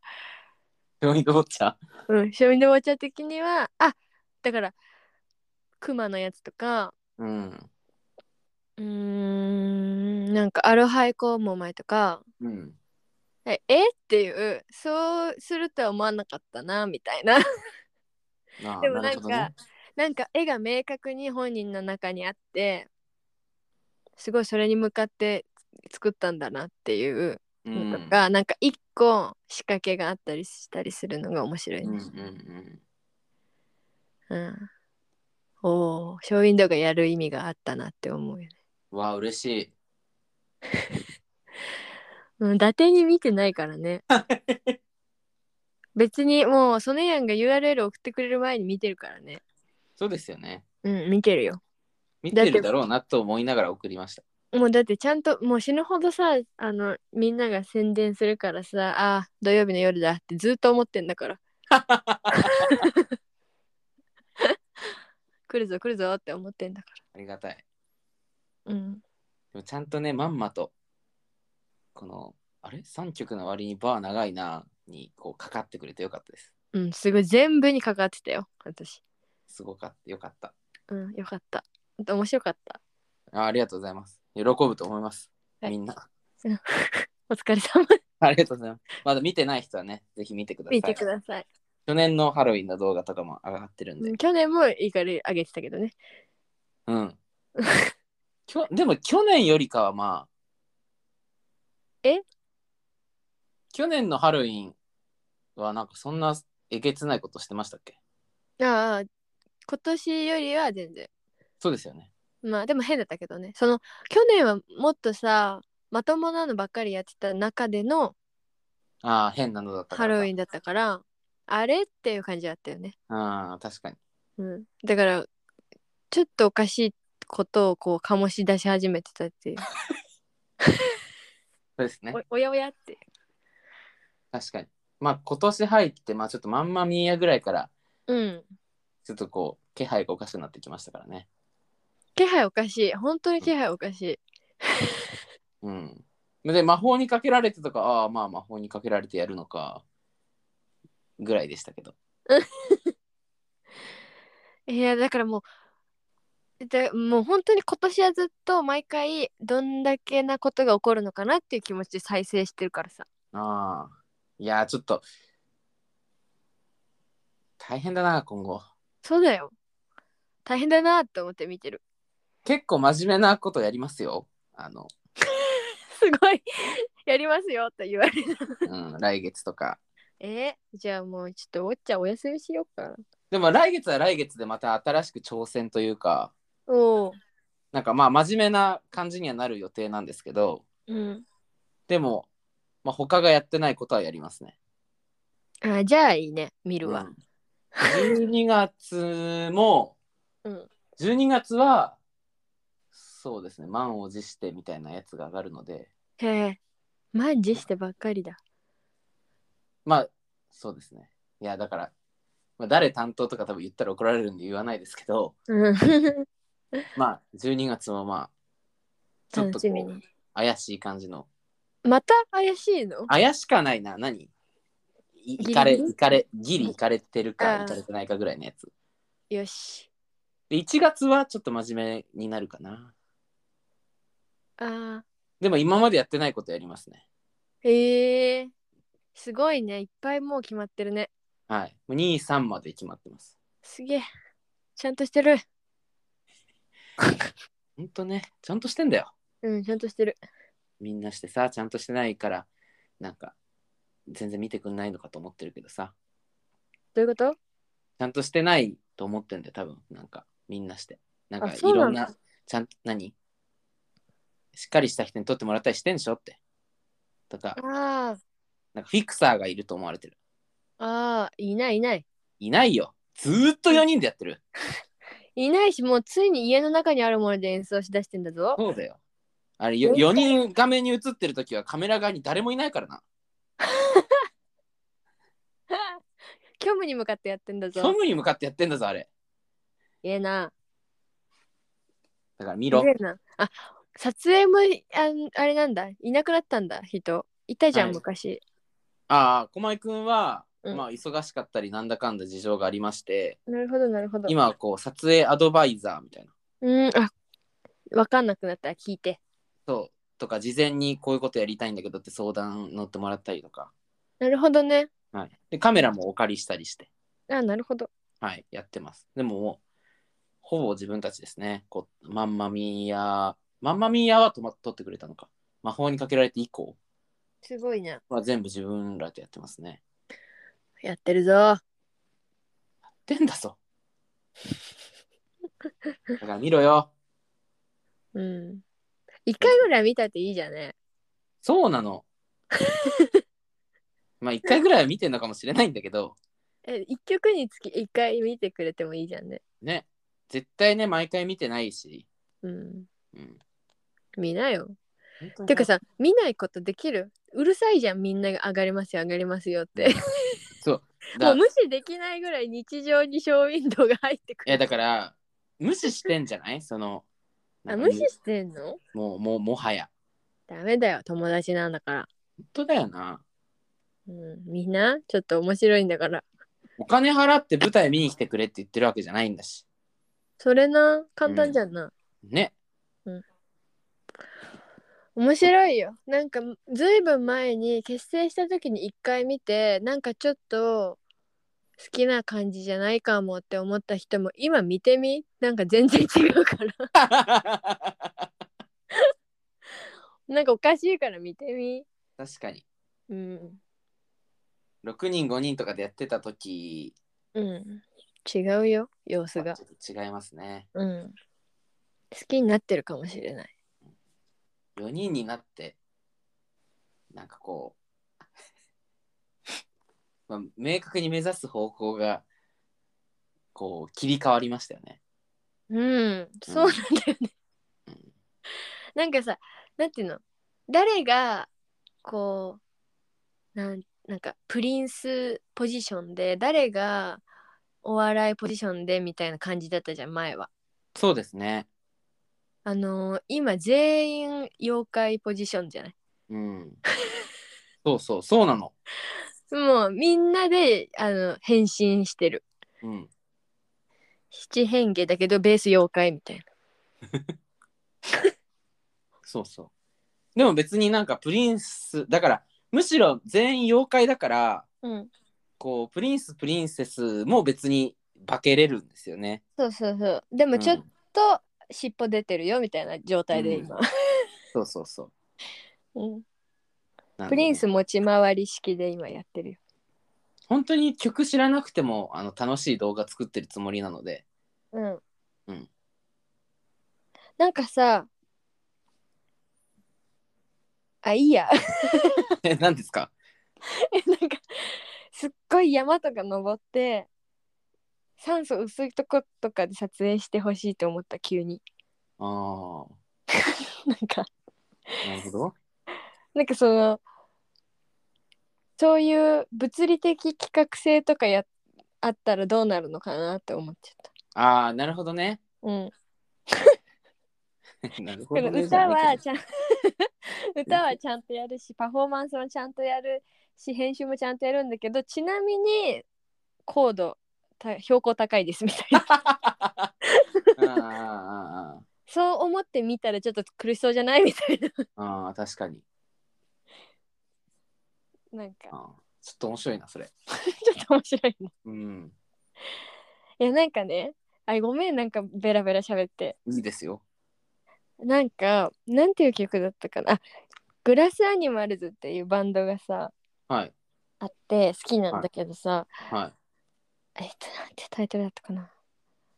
S1: ショーウィンドウウォッチャー。
S2: うん、ショーウィンドウォッチャー的にはあだからクマのやつとか
S1: うん。
S2: うーんなんかアロハイコーモマイとか
S1: うん。
S2: ええっていうそうするとは思わなかったなみたいな
S1: あー
S2: でもなんか
S1: るほどね
S2: なんか絵が明確に本人の中にあってすごいそれに向かって作ったんだなっていう
S1: う
S2: のと
S1: ん
S2: か、なんか一個仕掛けがあったりしたりするのが面白い
S1: うんう
S2: ね。
S1: ん
S2: うんおおショーウィンドウがやる意味があったなって思うよね。
S1: うん。わあ、嬉しい。
S2: うん、伊達に見てないからね。別にもうソネヤンが URL 送ってくれる前に見てるからね。
S1: そうですよね。
S2: うん、見てるよ。
S1: 見てるだろうなと思いながら送りました。
S2: もうだってちゃんともう死ぬほどさ、あの、みんなが宣伝するからさ、ああ、土曜日の夜だってずっと思ってんだから。 来るぞ来るぞって思ってんだか
S1: ありがたい。
S2: ら。うん。
S1: でもちゃんとね、まんまと、この、あれ ?3 曲の割にバー長いなに、こう、かかってくれてよかったです。
S2: うん、すごい全部にかかってたよ、私。
S1: すごかった。よかった。
S2: うん、よかった。ほんと面白かった。
S1: あありがとうございます。喜ぶと思います。
S2: はい
S1: みんな。
S2: お疲れ様。
S1: ありがとうございます。まだ見てない人はね、ぜひ見てください。
S2: 見てください。
S1: 去年のハロウィンの動画とかも上がってるんで
S2: う。ん去年もいいからあげてたけどね。
S1: うん。 きょでも去年よりかはまあ。
S2: え
S1: 去年のハロウィンはなんかそんなえげつないことしてましたっけ
S2: ああ、今年よりは全然。
S1: そうですよね。
S2: まあでも変だったけどねその去年はもっとさまともなのばっかりやってた中での
S1: ああ、変なのだった
S2: ハロウィ
S1: ン。
S2: ンだったからあれっていう感じだったよね、
S1: ああ、確かに。
S2: うん、だからちょっとおかしいことをこう醸し出し始めてたっていう
S1: そうですね。
S2: おおやおやって
S1: 確かに。まあ今年入って、まあちょっとまんまみーやぐらいから、
S2: うん
S1: ちょっとこう、気配がおかしくなってきましたからね。
S2: 気配おかしい本当に気配おかしい
S1: うん。で、魔法にかけられてとか、ああ、まあ魔法にかけられてやるのか、ぐらいでしたけど。
S2: いやだからもうでもう本当に今年はずっと毎回どんだけなことが起こるのかなっていう気持ちで再生してるからさ
S1: ああ。いやー、ちょっと。大変だな、今後。
S2: そうだよ大変だなって思って見てる
S1: 結構真面目なことやりますよ。あの、
S2: すごい やりますよって言われる。
S1: うん、来月とか。
S2: えじゃあもうちょっとおっちゃんお休みしようかな。
S1: でも来月は来月でまた新しく挑戦というか、
S2: おお。
S1: なんかまあ真面目な感じにはなる予定なんですけど、
S2: うん。
S1: でも、まあ、他がやってないことはやりますね。
S2: あじゃあいいね見る
S1: う
S2: わ
S1: ん、12月も、
S2: うん
S1: 12月はそうですね満を持してみたいなやつが上がるので
S2: へえマジしてばっかりだ
S1: まあそうですねいやだから、まあ、誰担当とか多分言ったら怒られるんで言わないですけど
S2: うん
S1: まあ12月もまあちょっ
S2: 楽
S1: と
S2: しみ
S1: こ
S2: に
S1: う怪しい感じの
S2: また怪しいの
S1: 怪しかないな何い
S2: ギリ
S1: いかれ
S2: ギリ
S1: いかれギリいかれてる
S2: あ
S1: か
S2: ー
S1: いかれてないかぐらいのやつ
S2: よし
S1: で1月はちょっと真面目になるかな
S2: あ
S1: でも今までやってないことやりますね
S2: ーへえすごいねいっぱいもう決まってるね
S1: はい。23まで決まってます。
S2: すげえちゃんとしてる
S1: ほんとね、ちゃんとしてんだよ。
S2: うんちゃんとしてる
S1: みんなしてさ、ちゃんとしてないから、なんか、全然見てくんないのかと思ってるけどさ、
S2: どういうこと
S1: ちゃんとしてないと思ってんだよ、多分なんか、みんなして。なんか、
S2: あ
S1: い
S2: そうな
S1: ろ
S2: ん
S1: ん
S2: だ
S1: な、ちゃんと、何しっかりした人に撮ってもらったりしてんでしょって。とか、
S2: あー
S1: なんか、フィクサーがいると思われてる。
S2: あーいないいない
S1: いないよ。ずーっと4人でやってる。
S2: いないしもうついに家の中にあるもので演奏しだしてんだぞ
S1: そうだよ。あれ、よ4人画面に映ってる時はカメラ側に誰もいないからな。
S2: 虚無に向かってやってんだ
S1: 虚
S2: ぞ
S1: 無に向かってやってんだぞ、あれ。
S2: ええな
S1: だから見ろ
S2: す。げえなあ撮影もあんあれなんだいなくなったんだ人いたじゃん、
S1: はい
S2: 昔
S1: ああ、駒井くんは、
S2: うん
S1: まあ忙しかったりなんだかんだ事情がありまして、
S2: なるほどなるほど
S1: 今はこう撮影アドバイザーみたいな、
S2: うんあわかんなくなったら聞いて
S1: そうとか事前にこういうことやりたいんだけどって相談乗ってもらったりとか、
S2: なるほどね
S1: はい、でカメラもお借りしたりして、
S2: あなるほど
S1: はい、やってます。でももうほぼ自分たちですね。こうマンマミーヤ、マンマミーヤはとま撮ってくれたのか、魔法にかけられて以降
S2: すごいね
S1: は全部自分らでやってますね。
S2: やってるぞ
S1: やってんだ ぞ。だから見ろよ。
S2: うん一回ぐらい見たっていいじゃんね
S1: そうなの。 まあ一回ぐらいは見てんのかもしれないんだけど、
S2: え一曲につき一回見てくれてもいいじゃんね
S1: ね。絶対ね、毎回見てないし。
S2: うん
S1: うん。
S2: 見なよ
S1: 本当に
S2: てか、さ見ないことできるうるさいじゃんみんなが上がりますよ上がりますよって
S1: そう。
S2: も
S1: だ
S2: う無視できないぐらい日常にショーウィンドウが入ってく
S1: い
S2: る
S1: やだから、無視してんじゃないその、な
S2: あ
S1: んか
S2: 無視してんの
S1: もう、もう、もはや。
S2: ダメだよ友達なんだから、
S1: 本当だよな。
S2: うん、みんなちょっと面白いんだから
S1: お金払って舞台見に来てくれって言ってるわけじゃないんだし。
S2: それな簡単じゃんな、
S1: ね。
S2: 面白いよなんかずいぶん前に結成した時に一回見てなんかちょっと好きな感じじゃないかもって思った人も今見てみなんか全然違うからなんかおかしいから見てみ
S1: 確かに。
S2: うん
S1: 6人、5人とかでやってた時
S2: うん違うよ様
S1: と
S2: 子
S1: は
S2: が
S1: ちょっと違いますね。
S2: うん好きになってるかもしれない
S1: 4人になってなんかこう、 まあ、明確に目指す方向がこう切り替わりましたよね。
S2: うんそうなんだよね、
S1: うん
S2: なんかさなんていうの誰がこうなんなんかプリンスポジションで誰がお笑いポジションでみたいな感じだったじゃん前は
S1: そうですね。
S2: あのー今全員妖怪ポジションじゃない
S1: うん。 そうそうそうなの。
S2: もうみんなであの変身してる
S1: うん。
S2: 七変化だけどベース妖怪みたいな
S1: そうそう。でも別になんかプリンスだからむしろ全員妖怪だから
S2: うん
S1: こうプリンスプリンセスも別に化けれるんですよね。
S2: そうそうそうでもちょっ
S1: うん
S2: と尻尾出てるよみたいな状態で今、
S1: そうそうそう
S2: うん。
S1: なんで
S2: プリンス持ち回り式で今やってるよ
S1: 本当に曲知らなくてもあの楽しい動画作ってるつもりなので
S2: うん、
S1: うん
S2: なんかさあいいや
S1: え、何ですか
S2: なんかすっごい山とか登って酸素薄いとことかで撮影してほしいと思った急に
S1: ああ、
S2: なんか
S1: なるほど。
S2: なんかそのそういう物理的企画性とかやあったらどうなるのかなって思っちゃった。
S1: ああ、なるほどね。
S2: うん、
S1: なるほ
S2: こ
S1: ど
S2: の
S1: ね。
S2: 歌は
S1: じ
S2: ちゃん歌はちゃん とやるしパフォーマンスもちゃんとやるし編集もちゃんとやるんだけどちなみに高度た標高高いですみたいな
S1: ゃないけど あああ
S2: そう思ってみたらちょっと苦しそうじゃないみたいな
S1: あ、ああああ、確かに。
S2: なんか
S1: ああちょっと面白いな、それ。
S2: ちょっと面白いね
S1: うん。
S2: いやなんかねあごめんなんかベラベラ喋って
S1: いいですよ。
S2: なんかなんていう曲だったかなあグラスアニマルズっていうバンドがさ
S1: はい。
S2: あって好きなんだけどさ、
S1: はい。
S2: えっとなんてタイトルだったかな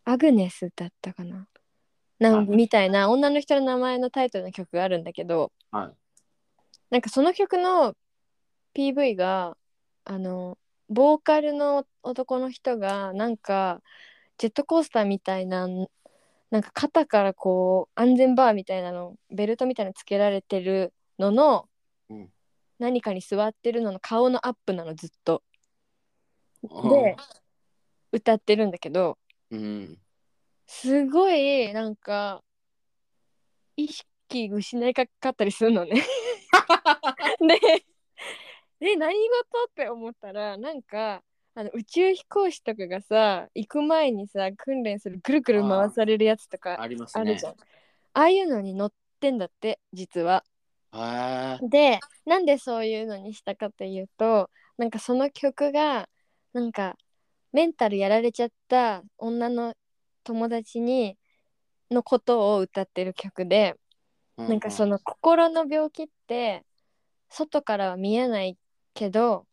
S2: アグネスだったかななん
S1: はい
S2: みたいな女の人の名前のタイトルの曲があるんだけど
S1: はい。
S2: なんかその曲の PV があのボーカルの男の人がなんかジェットコースターみたいななんか肩からこう安全バーみたいなのベルトみたいなのつけられてるのの、
S1: うん
S2: 何かに座ってるのの顔のアップなのずっと
S1: うん
S2: で歌ってるんだけど
S1: うん。
S2: すごいなんか意識失いかかったりするの ね。でで何事って思ったらなんかあの宇宙飛行士とかがさ行く前にさ訓練するぐるぐる回されるやつとか
S1: あります
S2: ある
S1: ね
S2: じ。ゃん。ああいうのに乗ってんだって実は。
S1: は
S2: でなんでそういうのにしたかというとなんかその曲がなんかメンタルやられちゃった女の友達にのことを歌ってる曲で
S1: い。
S2: なんかその心の病気って外からは見えないけど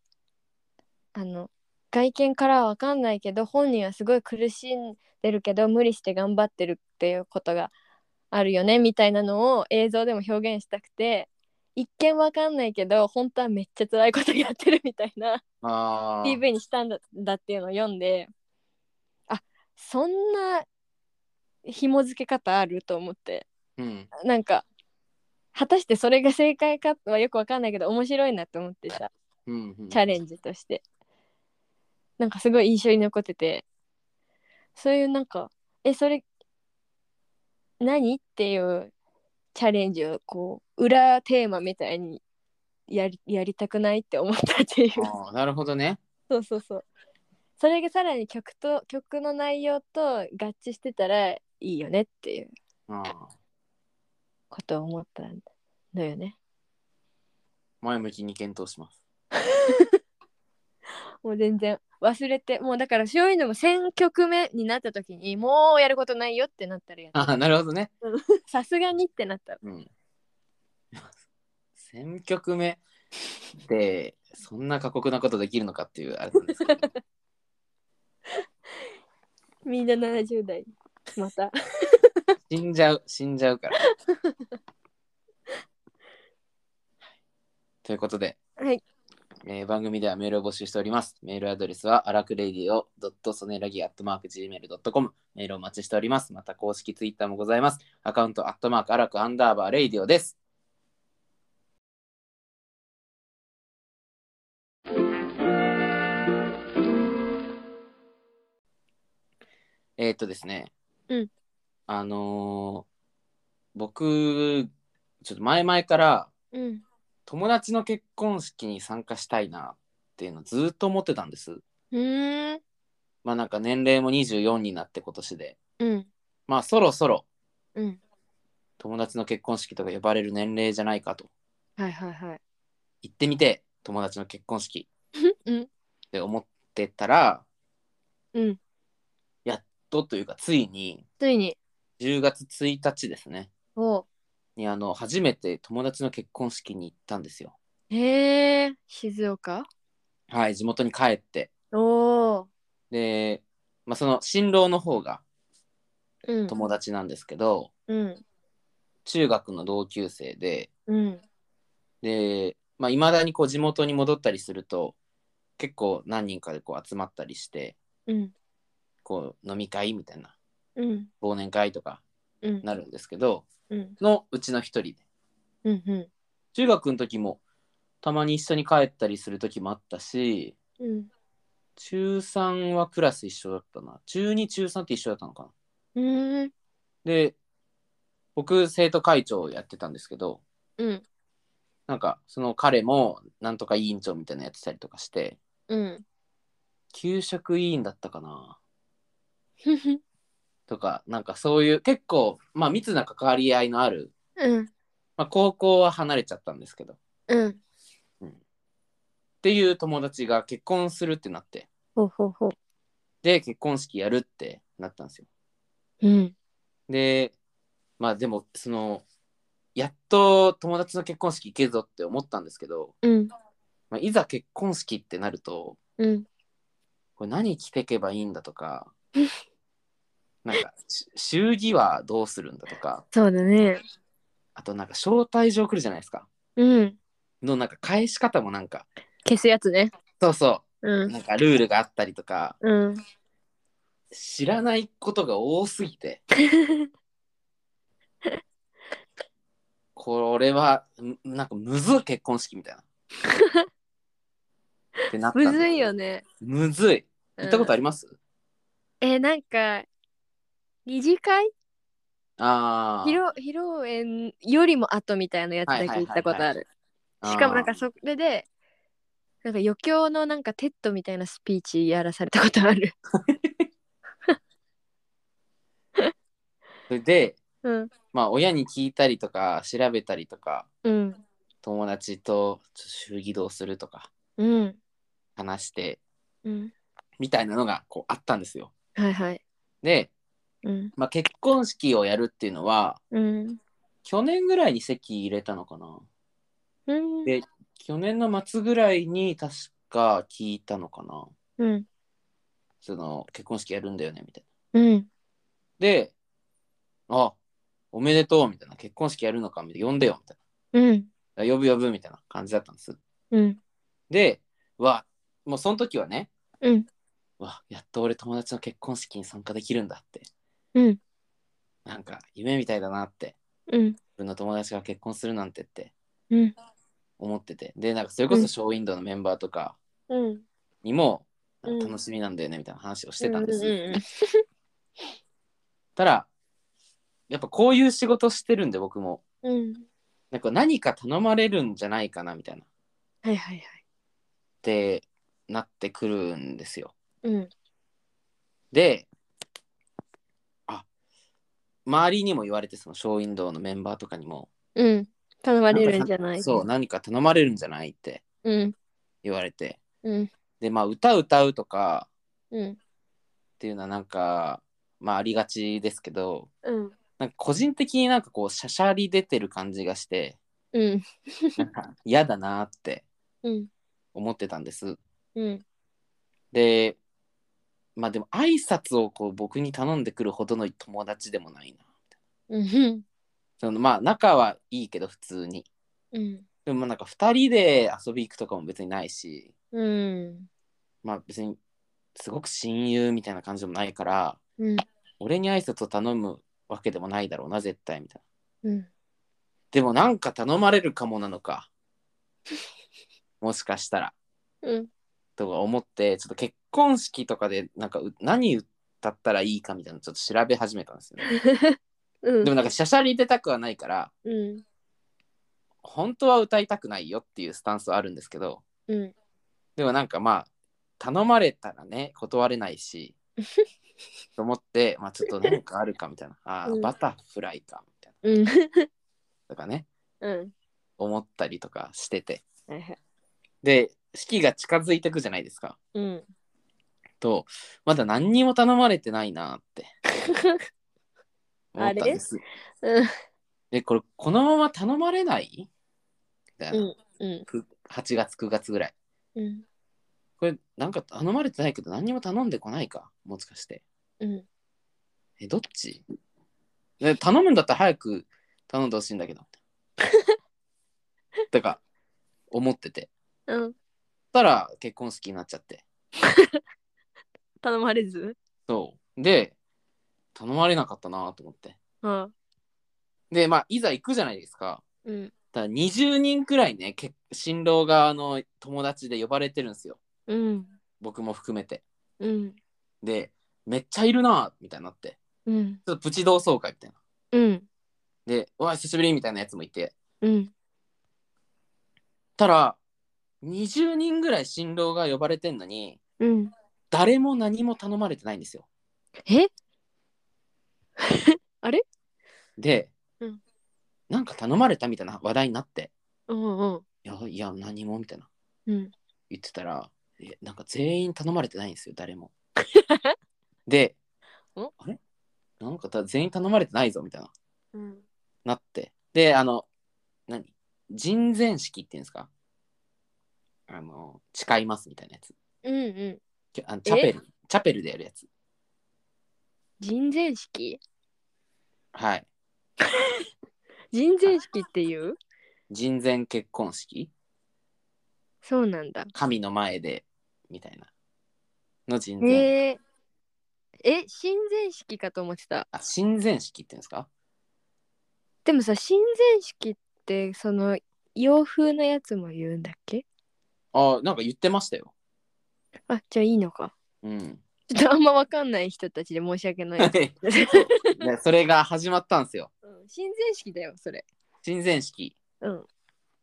S2: あの外見からは分かんないけど本人はすごい苦しんでるけど無理して頑張ってるっていうことがあるよねみたいなのを映像でも表現したくて一見分かんないけど本当はめっちゃ辛いことやってるみたいな
S1: うん。ああ。
S2: PV にしたんだだっていうのを読んであそんな紐付け方あると思って。
S1: うん。
S2: なんか果たしてそれが正解かはよくわかんないけど面白いなと思ってた
S1: うんうん。
S2: チャレンジとしてなんかすごい印象に残っててそういうなんかえそれ何っていうチャレンジをこう裏テーマみたいにやりやりたくないって思ったっていう
S1: ああ、なるほどね。
S2: そうそうそうそれがさらに曲と曲の内容と合致してたらいいよねっていう
S1: ああ。
S2: ことを思ったのよね
S1: 前向きに検討します。
S2: もう全然忘れてもうだからそういうのも1000曲目になった時にもうやることないよってなったらやっ
S1: ああ、なるほどね。
S2: さすがにってなった
S1: うん。 選曲目ってそんな過酷なことできるのかっていうあれなんですけど。
S2: みんな70代また
S1: 死んじゃう、死んじゃうから。ということで、
S2: はい
S1: えー番組ではメールを募集しております。メールアドレスは、アラクレディオドットソネラギアットマーク Gmail.com。メールお待ちしております。また公式ツイッターもございます。アカウント、アットマーク、アラクアンダーバーレイディオです。えーっとですね。
S2: うん
S1: あのー僕、ちょっと前々から、
S2: うん
S1: 友達の結婚式に参加したいなっていうのをずっと思ってたんです。
S2: うーん
S1: まあなんか年齢も24になって今年で。
S2: うん
S1: まあそろそろ
S2: うん
S1: 友達の結婚式とか呼ばれる年齢じゃないかと。
S2: はいはいはい
S1: 行ってみて、友達の結婚式
S2: うん
S1: って思ってたら、
S2: うん
S1: やっとというかついに
S2: ついに
S1: 10月1日ですね。
S2: おう
S1: にあの初めて友達の結婚式に行ったんですよ。
S2: へえ静岡
S1: はい、地元に帰って。
S2: おお
S1: で、まあその新郎の方が
S2: うん
S1: 友達なんですけど、
S2: うん
S1: 中学の同級生で、
S2: うん
S1: で、まあ、未だにこう地元に戻ったりすると、結構何人かでこう集まったりして、
S2: うん
S1: こう飲み会みたいな、
S2: うん
S1: 忘年会とか
S2: うん
S1: なるんですけど、
S2: うん
S1: そのうちの一人で。
S2: うんうん
S1: 中学の時も、たまに一緒に帰ったりする時もあったし、
S2: うん
S1: 中3はクラス一緒だったな。中2、中3って一緒だったのかな。
S2: うん
S1: で、僕、生徒会長をやってたんですけど、
S2: うん
S1: なんか、その彼も、なんとか委員長みたいなのやってたりとかして、
S2: うん
S1: 給食委員だったかなとか、なんかそういう、結構、まあ、密な関わり合いのある、
S2: うん
S1: まあ、高校は離れちゃったんですけど、っ
S2: うん
S1: ていう友達が結婚するってなって、
S2: ほうほうほう
S1: で、結婚式やるってなったんですよ。
S2: うん
S1: で、まあ、でも、その、やっと友達の結婚式行けるぞって思ったんですけど、
S2: うん
S1: まあ、いざ結婚式ってなると、
S2: うん
S1: これ何着てけばいいんだとかなんかし 祝儀はどうするんだとか
S2: そうだね
S1: あとなんか招待状来るじゃないですか
S2: うん
S1: のなんか返し方もなんか
S2: 消すやつね
S1: そうそううんなんかルールがあったりとか
S2: うん
S1: 知らないことが多すぎてこれはんなんかむずい結婚式みた いな。ってなったんで
S2: むずいよね
S1: むずい行ったことあります、
S2: えーなんか二次会
S1: ああ
S2: 披露披露宴よりも後みたいなやつだけ
S1: はいはいはい
S2: 行っ
S1: はい
S2: たことあるしかもなんか
S1: あー
S2: それでなんか余興のなんかテッドみたいなスピーチやらされたこと ある
S1: それで
S2: うん
S1: まあ親に聞いたりとか調べたりとか
S2: うん
S1: 友達とちょっと祝儀どうするとか
S2: うん
S1: 話して
S2: うん
S1: みたいなのがこうあったんですよ。
S2: はいはい
S1: で、
S2: うん
S1: まあ、結婚式をやるっていうのは
S2: うん
S1: 去年ぐらいに席入れたのかな
S2: うん
S1: で去年の末ぐらいに確か聞いたのかな
S2: うん
S1: その結婚式やるんだよねみたいな。
S2: うん
S1: で「あおめでとう」みたいな「結婚式やるのか」みたいな「呼んでよ」みたい
S2: うん
S1: な「呼ぶ呼ぶ」みたいな感じだったんです。
S2: うん
S1: でわもうその時はね
S2: うん
S1: わやっと俺友達の結婚式に参加できるんだって
S2: うん
S1: なんか夢みたいだなって
S2: うん
S1: 自分の友達が結婚するなんてって
S2: うん
S1: 思っててでなんかそれこそショーウィンドウのメンバーとか
S2: うん
S1: にも、
S2: うん
S1: なんか楽しみなんだよねみたいな話をしてたんです、
S2: うんうん
S1: ただやっぱこういう仕事してるんで僕も
S2: うん
S1: なんか何か頼まれるんじゃないかなみたいなっ
S2: はいはいはい
S1: てなってくるんですよ
S2: うん
S1: であ周りにも言われてそのショーウィンドウのメンバーとかにも
S2: うん頼まれるんじゃない
S1: そう何か頼まれるんじゃないって
S2: うん
S1: 言われて
S2: うん
S1: でまあ歌歌うとか
S2: うん
S1: っていうのはなんかまあありがちですけど
S2: うん
S1: なんか個人的になんかこうしゃしゃり出てる感じがして
S2: うん
S1: なんか嫌だなって
S2: うん
S1: 思ってたんです
S2: うん
S1: でまあでも挨拶をこう僕に頼んでくるほどの友達でもないな
S2: うん
S1: そのまあ仲はいいけど普通に
S2: うん
S1: でもまあなんか2人で遊び行くとかも別にないし
S2: うん
S1: まあ別にすごく親友みたいな感じでもないから
S2: うん
S1: 俺に挨拶を頼むわけでもないだろうな絶対みたいな
S2: うん
S1: でもなんか頼まれるかもなのかもしかしたら
S2: うん
S1: とか思ってちょっと結婚式とかでなんかう何歌ったらいいかみたいなのちょっと調べ始めたんですよ、ね、
S2: うん
S1: でもなんかしゃしゃり出たくはないから
S2: うん
S1: 本当は歌いたくないよっていうスタンスはあるんですけど
S2: うん
S1: でもなんかまあ頼まれたらね断れないしと思ってまあちょっとなんかあるかみたいなあー、
S2: うん
S1: バタフライかみたい
S2: うん
S1: なとかね
S2: うん
S1: 思ったりとかしてて
S2: はいはい
S1: で式が近づいてくじゃないですか
S2: うん
S1: とまだ何にも頼まれてないな って思ったんです。
S2: うん
S1: でこれこのまま頼まれないみたいな、
S2: うん
S1: く8月9月ぐらい
S2: うん
S1: これなんか頼まれてないけど何にも頼んでこないかもしかして
S2: うん
S1: えどっち で頼むんだったら早く頼んでほしいんだけどとか思ってて
S2: う
S1: そ
S2: ん
S1: したら結婚好きになっちゃって
S2: 頼まれず
S1: そうで頼まれなかったなと思って
S2: うん
S1: でまあいざ行くじゃないですか
S2: うん
S1: だから20人くらいねけ新郎側の友達で呼ばれてるんですよ
S2: うん
S1: 僕も含めて
S2: うん
S1: でめっちゃいるなみたいになって
S2: うん
S1: ちょっとプチ同窓会みたいな
S2: うん
S1: で「うわ久しぶり」みたいなやつもいて
S2: うん
S1: たら20人ぐらい新郎が呼ばれてんのに
S2: うん
S1: 誰も何も頼まれてないんですよ
S2: え
S1: で、
S2: うん
S1: なんか頼まれたみたいな話題になって
S2: うんうん
S1: 「いやいや何も」みたいな
S2: うん
S1: 言ってたらえなんか全員頼まれてないんですよ誰もで「
S2: お
S1: あれなんかた全員頼まれてないぞ」みたいな
S2: うん
S1: なってであの何人前式っていうんですかあの誓いますみたいなやつ
S2: うん
S1: きあのチャペルチャペルでやるやつ
S2: 人前式
S1: はい
S2: 人前式っていう
S1: 人前結婚式
S2: そうなんだ
S1: 神の前でみたいなの人前、
S2: えー、え親善式かと思ってた
S1: あ神前式っていうんですか
S2: でもさ親善式ってその洋風のやつも言うんだっけ
S1: あなんか言ってましたよ
S2: あじゃあいいのか
S1: うん
S2: ちょっとあんまわかんない人たちで申し 訳ない
S1: そうねそれが始まったんですよ
S2: うん親善式だよそれ
S1: 親善式
S2: うん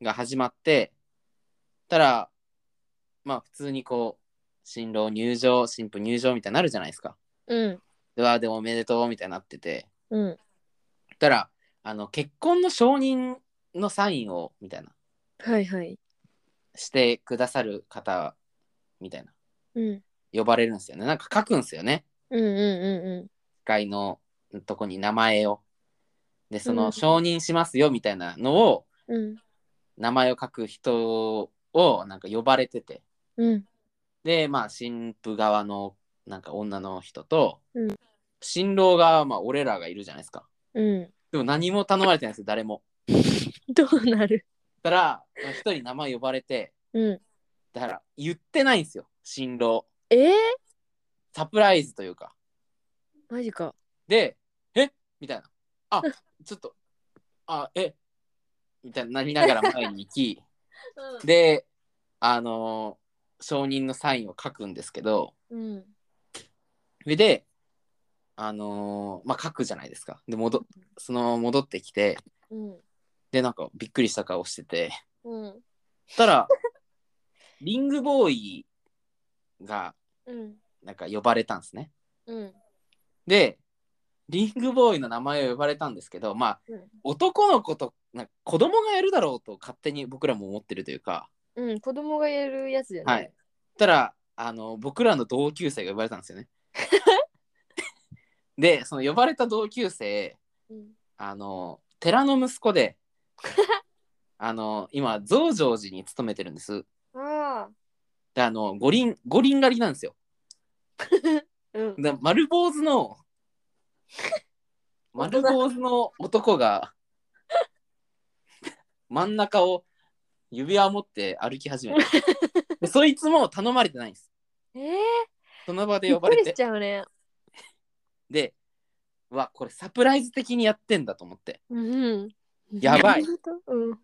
S1: が始まってたらまあ普通にこう新郎入場新婦入場みたいになるじゃないですか
S2: うん
S1: うわでもおめでとうみたいになってて
S2: うん
S1: たらあの結婚の承認のサインをみたいな
S2: はいはい
S1: してくださる方みたいな
S2: うん
S1: 呼ばれるんですよねなんか書くんですよね
S2: うんう
S1: 1階のとこに名前をでそうの
S2: ん
S1: 承認しますよみたいなのを
S2: んうんうん
S1: 名前を書く人をなんか呼ばれてて
S2: うん
S1: でまあ新婦側のなんか女の人と、
S2: うん
S1: 新郎側まあ俺らがいるじゃないですか
S2: う
S1: でも何も頼まれてないんですよ誰も
S2: んどうなる
S1: だからまあ一人名前呼ばれて
S2: うん
S1: だから言ってないんですよ新郎
S2: えー、
S1: サプライズというか
S2: マジか
S1: でえみたいなあちょっとあえみたいななりながら前に行きであのー承認のサインを書くんですけど
S2: うん
S1: それであのーまあ書くじゃないですかで戻そのまま戻ってきて
S2: うん
S1: でなんかびっくりした顔してて
S2: うん
S1: そした らリングボーイが
S2: うん
S1: なんか呼ばれたんですね
S2: うん
S1: でリングボーイの名前を呼ばれたんですけどまあ
S2: うん
S1: 男の子となんか子供がやるだろうと勝手に僕らも思ってるというか
S2: うん子供がやるやつじゃな
S1: は
S2: い、
S1: いそしたらあの僕らの同級生が呼ばれたんですよ ね。でその呼ばれた同級生
S2: うん
S1: あの寺の息子で あの今増上寺に勤めてるんです。
S2: ああ
S1: であの五輪五輪狩りなんですよ。
S2: うん
S1: で丸坊主 の丸坊主の男が 真ん中を指輪を持って歩き始めた。でそいつも頼まれてないんです。
S2: え
S1: その場
S2: ー、
S1: で
S2: び
S1: 呼
S2: っ
S1: ば
S2: く
S1: れ
S2: り
S1: て
S2: しちゃうね。
S1: でうわこれサプライズ的にやってんだと思って
S2: うん。
S1: やばい
S2: なるほどうん。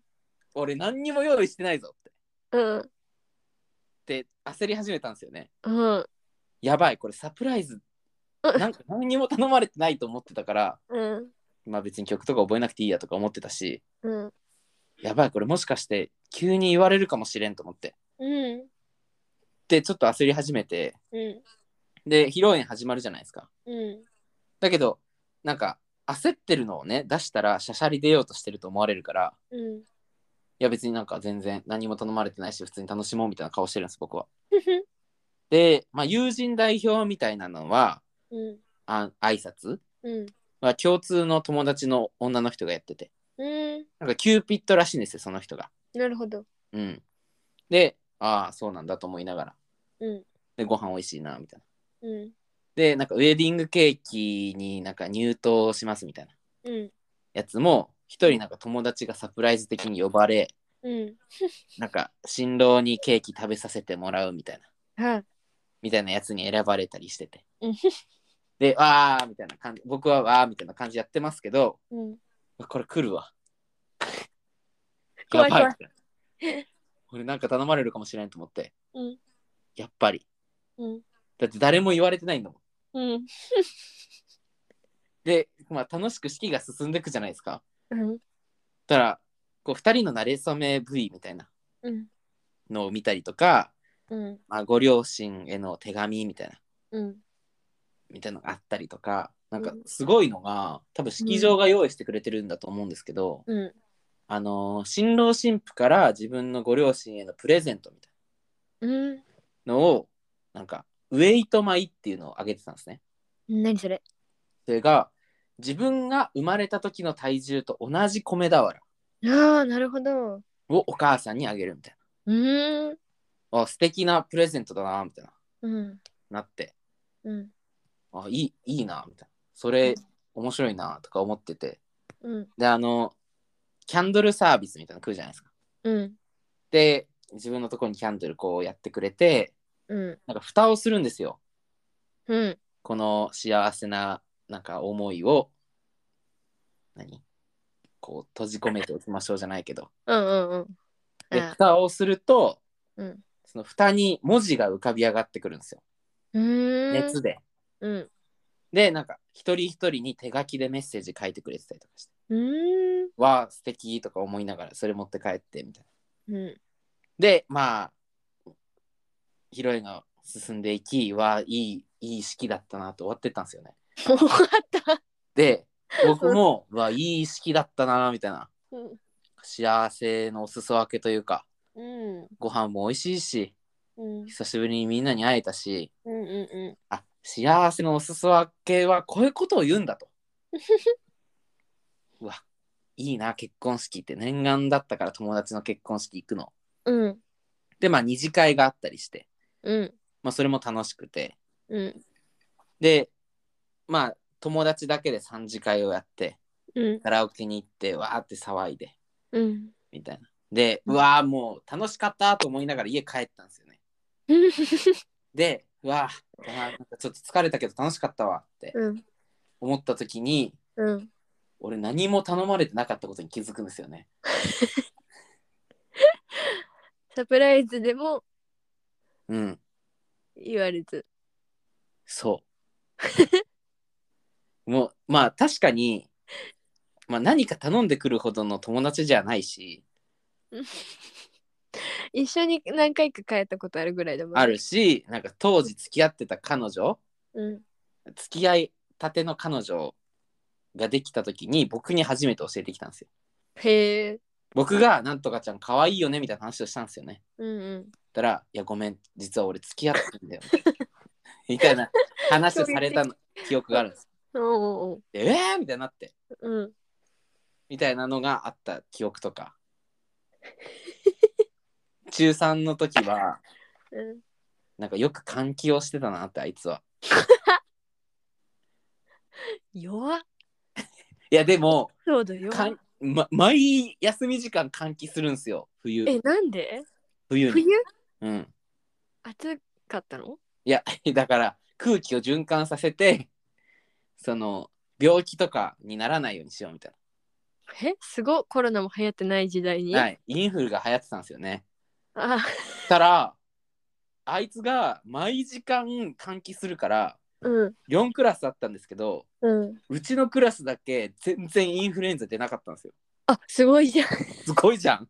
S1: 俺何にも用意してないぞっ
S2: うん。
S1: てって焦り始めたんですよね
S2: うん。
S1: やばいこれサプライズ
S2: うん
S1: なんか何にも頼まれてないと思ってたから
S2: うん。
S1: まあ別に曲とか覚えなくていいやとか思ってたし
S2: うん。
S1: やばいこれもしかして急に言われるかもしれんと思って
S2: うん。
S1: でちょっと焦り始めて
S2: うん。
S1: で披露宴始まるじゃないですか
S2: うん。
S1: だけどなんか焦ってるのをね出したらしゃしゃり出ようとしてると思われるから
S2: うん。
S1: いや別になんか全然何も頼まれてないし普通に楽しもうみたいな顔してるんです僕はで、まあ、友人代表みたいなのは
S2: うん。
S1: あ挨拶
S2: うん。
S1: は共通の友達の女の人がやってて
S2: うん。
S1: なんかキューピッドらしいんですよその人が
S2: なるほど。
S1: うんでああそうなんだと思いながら
S2: うん。
S1: でご飯美味しいなみたいな
S2: うん。
S1: でなんかウェディングケーキになんか入刀しますみたいな
S2: うん。
S1: やつも一人なんか友達がサプライズ的に呼ばれ
S2: うん。
S1: なんか新郎にケーキ食べさせてもらうみたいな
S2: はい。
S1: みたいなやつに選ばれたりしてて
S2: うん
S1: でわーみたいな感じ僕はわーみたいな感じやってますけど
S2: うん。
S1: これ来るわ
S2: 怖い
S1: やばみたな 俺なんか頼まれるかもしれんと思って
S2: うん。
S1: やっぱり
S2: うん。
S1: だって誰も言われてないんだもん
S2: うん。
S1: で、まあ、楽しく式が進んでいくじゃないですか
S2: うん。
S1: だからこう2人の慣れ初め部位みたいな
S2: うん。
S1: のを見たりとか、
S2: うん。
S1: まあ、ご両親への手紙みたいな
S2: うん。
S1: みたいなのがあったりとかなんか
S2: うん
S1: すごいのが多分式場が用意してくれてるんだと思うんですけど、
S2: うん。
S1: あのー新郎新婦から自分のご両親へのプレゼントみたい
S2: うん。
S1: なのをなんかウェイトマイっていうのをあげてたんですね。
S2: 何それ
S1: それが自分が生まれた時の体重と同じ米俵
S2: ああ、なるほど。
S1: をお母さんにあげるみたいう
S2: ーん。
S1: な。あ素敵なプレゼントだなみたいな
S2: うん。
S1: なって
S2: うん。
S1: あいいいいなみたいなそれ面白いなとか思ってて
S2: うん。
S1: であのキャンドルサービスみたいなの来るじゃないですか。
S2: うん。
S1: で自分のところにキャンドルこうやってくれて
S2: うん。
S1: なんか蓋をするんですよ
S2: うん。
S1: この幸せななんか思いを何こう閉じ込めておきましょうじゃないけど
S2: うん。うん。うん。
S1: で
S2: あ
S1: 蓋をすると
S2: うん。
S1: その蓋に文字が浮かび上がってくるんですよ
S2: うーん。
S1: 熱で、
S2: うん。
S1: でなんか一人一人に手書きでメッセージ書いてくれてたりとかして
S2: うーん。
S1: わあ素敵とか思いながらそれ持って帰ってみたいな
S2: うん。
S1: でまあヒロインが進んでいきわあいいいい式だったなと終わってったんですよね
S2: 終わった。
S1: で僕 もうわいい式だったなみたいな
S2: うん。
S1: 幸せのお裾分けというか
S2: うん。
S1: ご飯も美味しいし
S2: うん。
S1: 久しぶりにみんなに会えたし
S2: うん。う
S1: あ幸せのお裾分けはこういうことを言うんだとうわいいな結婚式って念願だったから友達の結婚式行くの
S2: ん。うん。
S1: でまあ二次会があったりして、
S2: うん。
S1: まあ、それも楽しくて
S2: うん。
S1: でまあ友達だけで三次会をやって
S2: うん。
S1: カラオケに行ってわーって騒いで
S2: うん。
S1: みたいな。で、うわーもう楽しかったと思いながら家帰ったんですよね。で、うわーあーなんかちょっと疲れたけど楽しかったわって
S2: うん。
S1: 思った時に、
S2: うん。
S1: 俺何も頼まれてなかったことに気づくんですよね。
S2: サプライズでも
S1: うん、
S2: 言われず。
S1: そう。 もう、まあ確かに、まあ、何か頼んでくるほどの友達じゃないし、
S2: 一緒に何回か帰ったことあるぐらいでも
S1: あ。るし、なんか当時付き合ってた彼女、
S2: うん。
S1: 付き合いたての彼女ができた時に僕に初めて教えてきたんですよ。
S2: へえ。
S1: 僕がなんとかちゃん可愛いよねみたいな話をしたんですよね。
S2: うんうん。
S1: だから、いやごめん、実は俺付き合ってんだよ。 みたいな話をされたの記憶があるんです。
S2: おうおう
S1: で、えーみたいになって、
S2: おう。うん。
S1: みたいなのがあった記憶と か。中3の時は、
S2: うん。
S1: なんかよく換気をしてたなって、あいつは。
S2: 弱っ
S1: いや、でも、
S2: そうだよ。
S1: かんま、毎休み時間換気するんですよ、冬。
S2: え、なんで
S1: 冬
S2: 冬
S1: に。うん。
S2: 暑かったの
S1: いや だから空気を循環させてその病気とかにならないようにしようみたい
S2: え、すごいコロナも流行ってない時代に。
S1: な、はい、インフルが流行ってたんですよね
S2: あ、
S1: たらあいつが毎時間換気するから
S2: うん。
S1: 4クラスあったんですけど
S2: うん。
S1: うちのクラスだけ全然インフルエンザ出なかったんですよ
S2: あ、すごいじゃん。
S1: すごいじゃん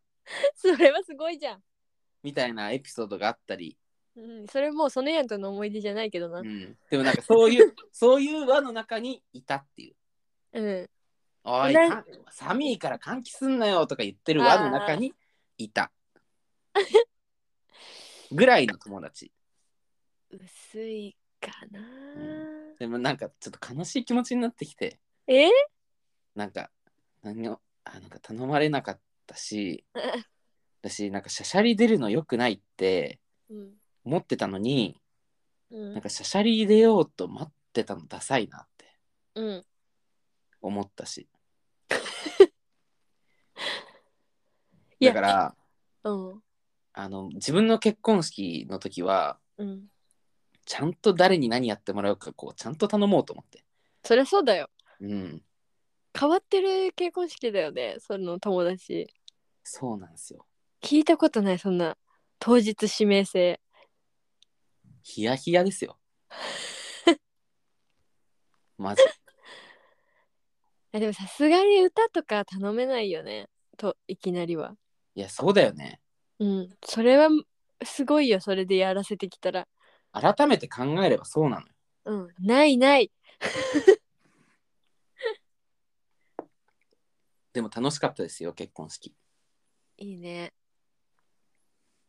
S2: それはすごいじゃん。
S1: みたいなエピソードがあったり、
S2: うん、それもうソネヤンとの思い出じゃないけどな
S1: う。ん、でもなんかそういう そういう輪の中にいたっていう
S2: うん。
S1: 「おい
S2: ね
S1: かん寒いから換気すんなよ」とか言ってる輪の中にい たぐらいの友達
S2: 薄いかな。
S1: うでもなんかちょっと悲しい気持ちになってきて
S2: え
S1: なんか何をあなんか頼まれなかったし私なんかしゃしゃり出るの良くないって
S2: うん。
S1: 思ってたのに
S2: う
S1: なん
S2: ん。
S1: かしゃしゃり出ようと待ってたのダサいなって
S2: うん。
S1: 思ったし
S2: いや
S1: だから
S2: うん
S1: あの自分の結婚式の時は
S2: うん
S1: ちゃんと誰に何やってもらうかこうちゃんと頼もうと思って
S2: そりゃそうだよ
S1: うん
S2: 変わってる結婚式だよねその友達
S1: そうなんですよ
S2: 聞いたことないそんな当日指名制
S1: ヒヤヒヤですよマジ
S2: えでもさすがに歌とか頼めないよねといきなりはい
S1: やそうだよね
S2: うんそれはすごいよそれでやらせてきたら
S1: 改めて考えればそうなのよ
S2: うんないない
S1: でも楽しかったですよ結婚式
S2: いいね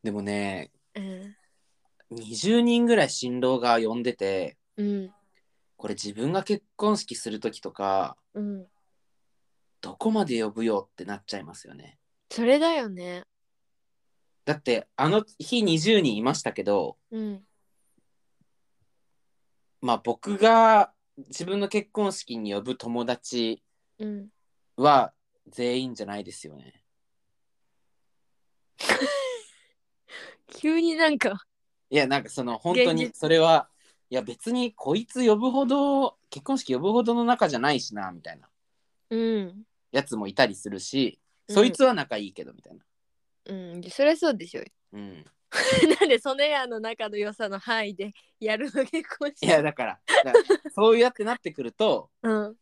S1: でもね
S2: うん
S1: 20人ぐらい新郎が呼んでて
S2: うん
S1: これ自分が結婚式する時とか
S2: うん
S1: どこまで呼ぶよってなっちゃいますよね
S2: それだよね
S1: だってあの日20人いましたけど
S2: うん
S1: まあ僕が自分の結婚式に呼ぶ友達
S2: うん
S1: は全員じゃないですよね
S2: 急になんか
S1: いやなんかその本当に
S2: 現実
S1: それはいや別にこいつ呼ぶほど結婚式呼ぶほどの仲じゃないしなみたいな
S2: うん
S1: やつもいたりするし
S2: うん
S1: そいつは仲いいけどみたいな
S2: うんそりゃそうでしょ
S1: うん
S2: なんでそのやの中の良さの範囲でやるの結婚
S1: い
S2: 式
S1: やだからだから そうやってなってくると
S2: うん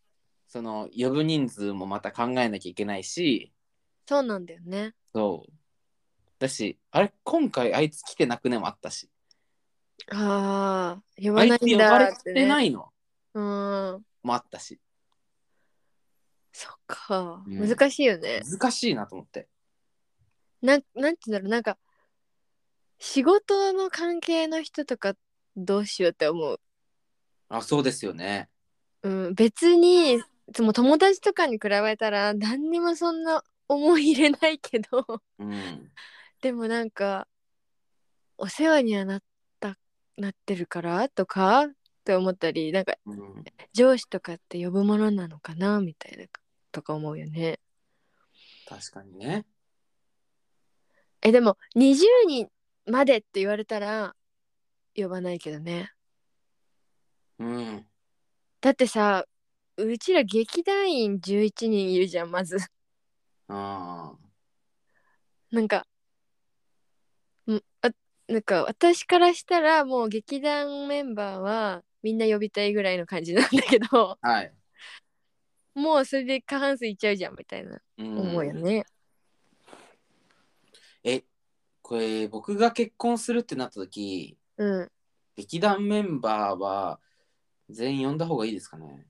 S1: その呼ぶ人数もまた考えなきゃいけないし
S2: そうなんだよね
S1: そうだしあれ今回あいつ来てなくねもあったし
S2: ああ呼
S1: あ
S2: ば
S1: い
S2: な
S1: つ
S2: い
S1: 呼
S2: ん
S1: ば
S2: だ
S1: れ
S2: って
S1: て
S2: ね
S1: ないの
S2: うん
S1: もあったし
S2: そっか
S1: うん
S2: 難しいよね、
S1: 難しいなと思って
S2: なんなんて言うんだろうなんか仕事の関係の人とかどうしようって思う、
S1: あそうですよね
S2: うん、別にいつも友達とかに比べたら何にもそんな思い入れないけど
S1: うん
S2: でもなんかお世話にはなったなってるからとかって思ったりなんか
S1: うん
S2: 上司とかって呼ぶものなのかなみたいなとか思うよね。
S1: 確かにね
S2: えでも20人までって言われたら呼ばないけどね
S1: うん
S2: だってさうちら劇団員11人いるじゃんまず
S1: あ
S2: なんかんあなんか私からしたらもう劇団メンバーはみんな呼びたいぐらいの感じなんだけど
S1: ーはい、
S2: もうそれで過半数いっちゃうじゃんみたいな
S1: うん
S2: 思うよね
S1: えこれ僕が結婚するってなった時
S2: うん
S1: 劇団メンバーは全員呼んだ方がいいですかね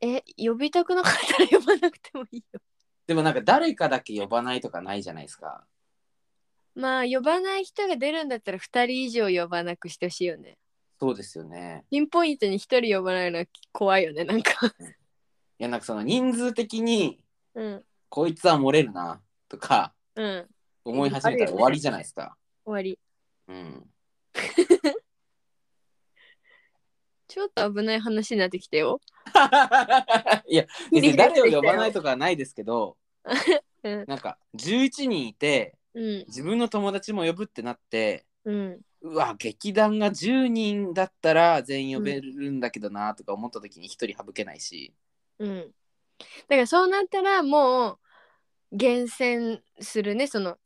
S2: え呼びたくなかったら呼ばなくてもいいよ
S1: でもなんか誰かだけ呼ばないとかないじゃないですか
S2: まあ呼ばない人が出るんだったら2人以上呼ばなくしてほしいよね
S1: そうですよね
S2: ピンポイントに一人呼ばないのは怖いよねなんか
S1: いやなんかその人数的に
S2: うん
S1: こいつは漏れるなとか
S2: うん
S1: 思い始めたら終わりじゃないですか。
S2: 終わり
S1: うん。
S2: ちょっと危ない話になってきたよ
S1: いや別に誰を呼ばないとかはないですけど
S2: うん
S1: なんか11人いて
S2: うん
S1: 自分の友達も呼ぶってなって
S2: うん
S1: うわ劇団が10人だったら全員呼べるんだけどなとか思った時に1人省けないし、
S2: うんだからそうなったらもう厳選するねその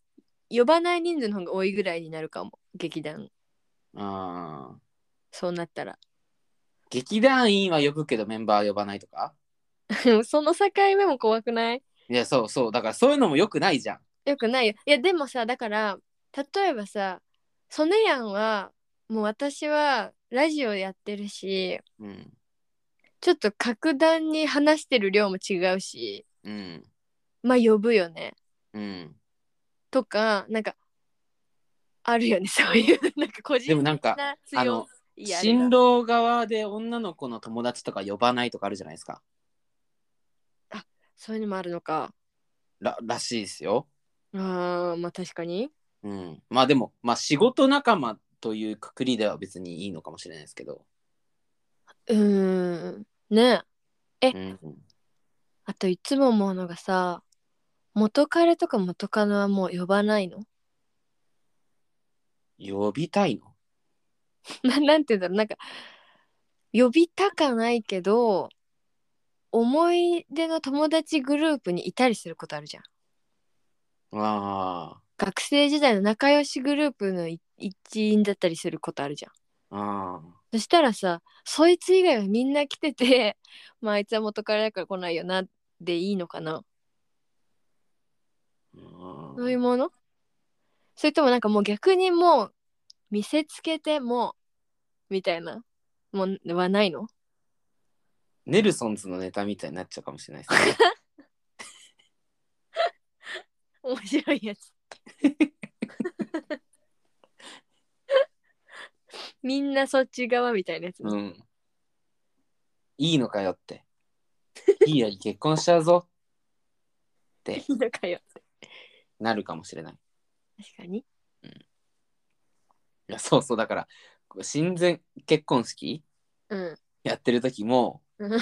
S2: 呼ばない人数の方が多いぐらいになるかも劇団
S1: あー
S2: そうなったら
S1: 劇団員は呼ぶけどメンバーは呼ばないとか
S2: その境目も怖くない
S1: いやそうそうだからそういうのもよくないじゃん。
S2: よくないよいやでもさだから例えばさソネヤンはもう私はラジオやってるし
S1: うん
S2: ちょっと格段に話してる量も違うし
S1: うん
S2: まあ呼ぶよね
S1: うん、
S2: とかなんかあるよねそういうなんか個人
S1: でも
S2: 的
S1: なんか
S2: な
S1: あの
S2: 強いあれが
S1: 新郎側で女の子の友達とか呼ばないとかあるじゃないですか。
S2: そういうのもあるのから
S1: らしいですよ。
S2: あーまあ確かに
S1: うん、まあでも、まあ、仕事仲間というくくりでは別にいいのかもしれないですけど。
S2: うーんねえ
S1: うん、
S2: あといつも思うのがさ元彼とか元カノはもう呼ばないの
S1: 呼びたいの
S2: ななんて言うんだろうなんか呼びたかないけど思い出の友達グループにいたりすることあるじゃん
S1: あ
S2: 学生時代の仲良しグループのい一員だったりすることあるじゃん
S1: あ、あ
S2: そしたらさそいつ以外はみんな来てて まああいつは元からだから来ないよなでいいのかな
S1: あ。
S2: そういうものそれともなんかもう逆にもう見せつけてもうみたいなもんはないの
S1: ネルソンズのネタみたいになっちゃうかもしれないですね。
S2: 面白いやつ みんなそっち側みたいなやつ、
S1: うん。いいのかよって。いいよ、結婚しちゃうぞ。って
S2: いいのかよ
S1: なるかもしれない。
S2: 確かに
S1: いや、そうそう、だから、親善結婚式
S2: うん
S1: やってる時も、
S2: うん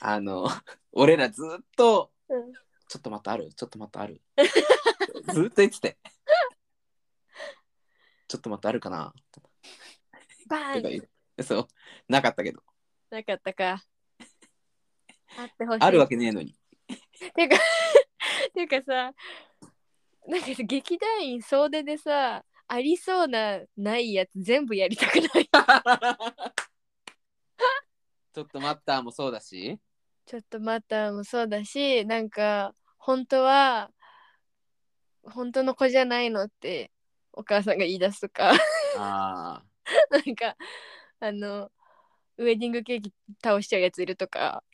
S1: あの、俺らずっと、
S2: うん
S1: ちょっと待ってあるちょっと待ってあるずっと言ってて。ちょっと待ってあるかな
S2: バ
S1: とか
S2: ー
S1: 言
S2: ン
S1: うそう、なかったけど、
S2: なかったかあってほしい
S1: あるわけねえのに。
S2: ていうかていうかさなんかさ劇団員総出でさありそうなないやつ全部やりたくない
S1: ちょっと待ったもそうだし、
S2: ちょっと待ったもそうだしなんか本当は本当の子じゃないのってお母さんが言い出すとか
S1: あ
S2: なんかあのウェディングケーキ倒しちゃうやついると か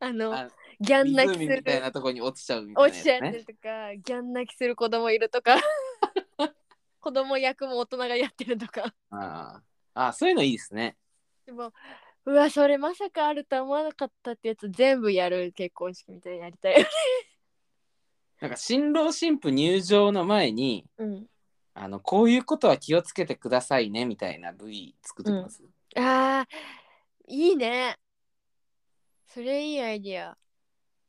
S2: あの
S1: あ
S2: ギャ
S1: あ、
S2: ン泣き
S1: 湖
S2: す
S1: みたい
S2: る
S1: なとこに落ちちゃうみたい
S2: 落
S1: な
S2: ち
S1: やつ
S2: ちゃう
S1: ね、
S2: とかギャン泣きする子供い るとか子供役も大人がやってるとか
S1: あああ、そういうのいいですね。
S2: でもうわそれまさかあるとは思わなかったってやつ全部やる結婚式みたいにやり たい、
S1: なんか新郎新婦入場の前に、
S2: うん、
S1: あのこういうことは気をつけてくださいねみたいな V 作ってきます。
S2: あーいいねそれいいアイディア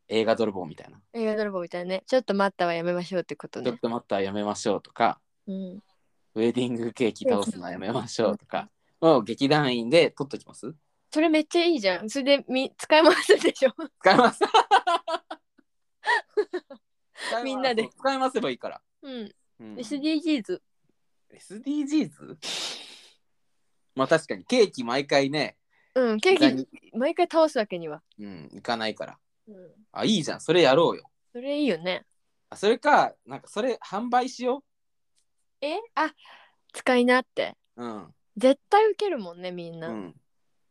S1: 映画泥棒みたいな。
S2: 映画泥棒みたいなねちょっと待ったはやめましょうってこと
S1: ちょっ
S2: ね、
S1: と待ったらやめましょうとか、
S2: うん、
S1: ウェディングケーキ倒すのはやめましょうとか、を劇団員で取っときます
S2: それめっちゃいいじゃんそれでみ使い回すでしょ
S1: 使います
S2: みんなで
S1: 使い回せばいいから。
S2: うん
S1: うん、
S2: SDGs
S1: SDGs? まあ確かにケーキ毎回ね、
S2: うんケ
S1: 膝
S2: ー
S1: に
S2: キ毎回倒すわけには、
S1: うん、いかないから。
S2: うん、
S1: あ、いいじゃん、それやろうよ。
S2: それいいよね
S1: あそれか、なんかそれ販売しよ
S2: えあ使いなって
S1: う。うん。
S2: 絶対受けるもんねみんな、
S1: うん、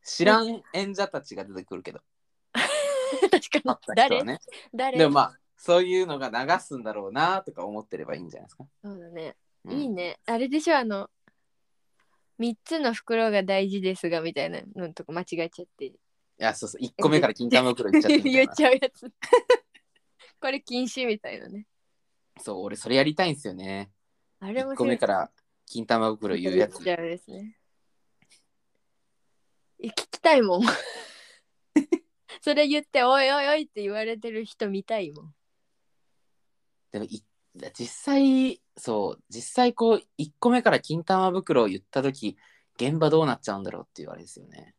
S1: 知らん演者たちが出てくるけど、
S2: 確か
S1: 会
S2: に
S1: った人
S2: 誰
S1: はね。
S2: 誰
S1: でもまあ、そういうのが流すんだろうなとか思ってればいいんじゃないですか。
S2: そうだね、
S1: うん
S2: いいねあれでしょあの3つの袋が大事ですがみたいなのとか間違えちゃって
S1: いや、そうそう、1個目から金玉袋いっちゃってみたい な
S2: 言っちゃうやつこれ禁止みたいなね
S1: そう、俺それやりたいんですよね。
S2: あれも
S1: 1個目から金玉袋言うやつ。
S2: 言っちゃうですねえ聞きたいもん それ言っておいおいおいって言われてる人見たいもん
S1: でもい実際、そう、実際こう、1個目から金玉袋を言ったとき、現場どうなっちゃうんだろうっていうあれですよね。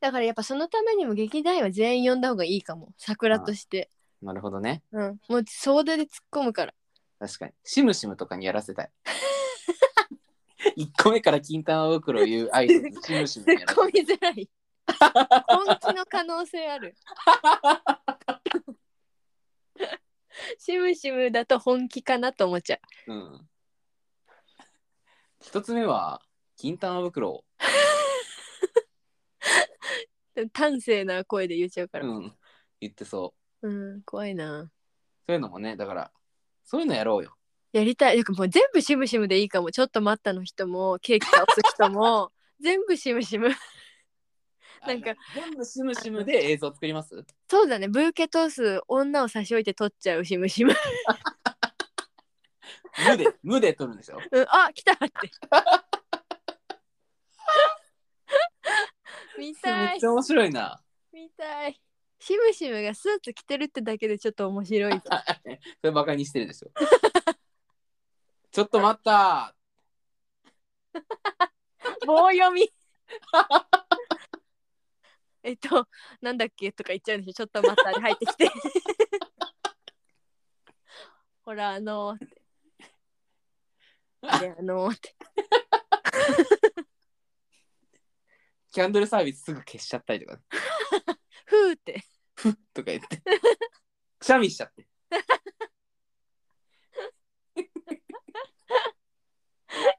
S2: だからやっぱそのためにも劇団員は全員呼んだ方がいいかも桜として、
S1: なるほどね。
S2: うん、もう総出で突っ込むから
S1: 確かに。シムシムとかにやらせたい。1個目から金玉袋を言う挨拶、シムシム
S2: 突
S1: に
S2: っ
S1: やらせた
S2: 込
S1: い
S2: みづらい本気の可能性あるしむしむだと本気かなと思っちゃう
S1: うん。一つ目は、金玉袋。
S2: でも端正な声で言っちゃうからう
S1: うん。言ってそう。
S2: ん、怖いな
S1: そういうのもね、だから、そういうのやろうよ。
S2: やりたいだからもう全部しむしむでいいかもちょっと待ったの人もケーキ倒す人も 全部しむしむなんか
S1: あ、全部シムシムで映像作ります
S2: そうだねブーケトス女を差し置いて取っちゃうしむしむ、
S1: 無 で、無で撮るんでしょ
S2: うん、あ 来たって見た
S1: め
S2: い
S1: っちゃ面白いな。
S2: 見たいしむしむがスーツ着てるってだけでちょっと面白い
S1: そ れバカにしてるでしょ。ちょっと待った
S2: 棒読み えっとなんだっけとか言っちゃうんでしょちょっとまた入ってき てほらあのー、ってあれあのー、って
S1: キャンドルサービスすぐ消しちゃったりとか、
S2: ふーって
S1: とか言 って。くしゃみしちゃって。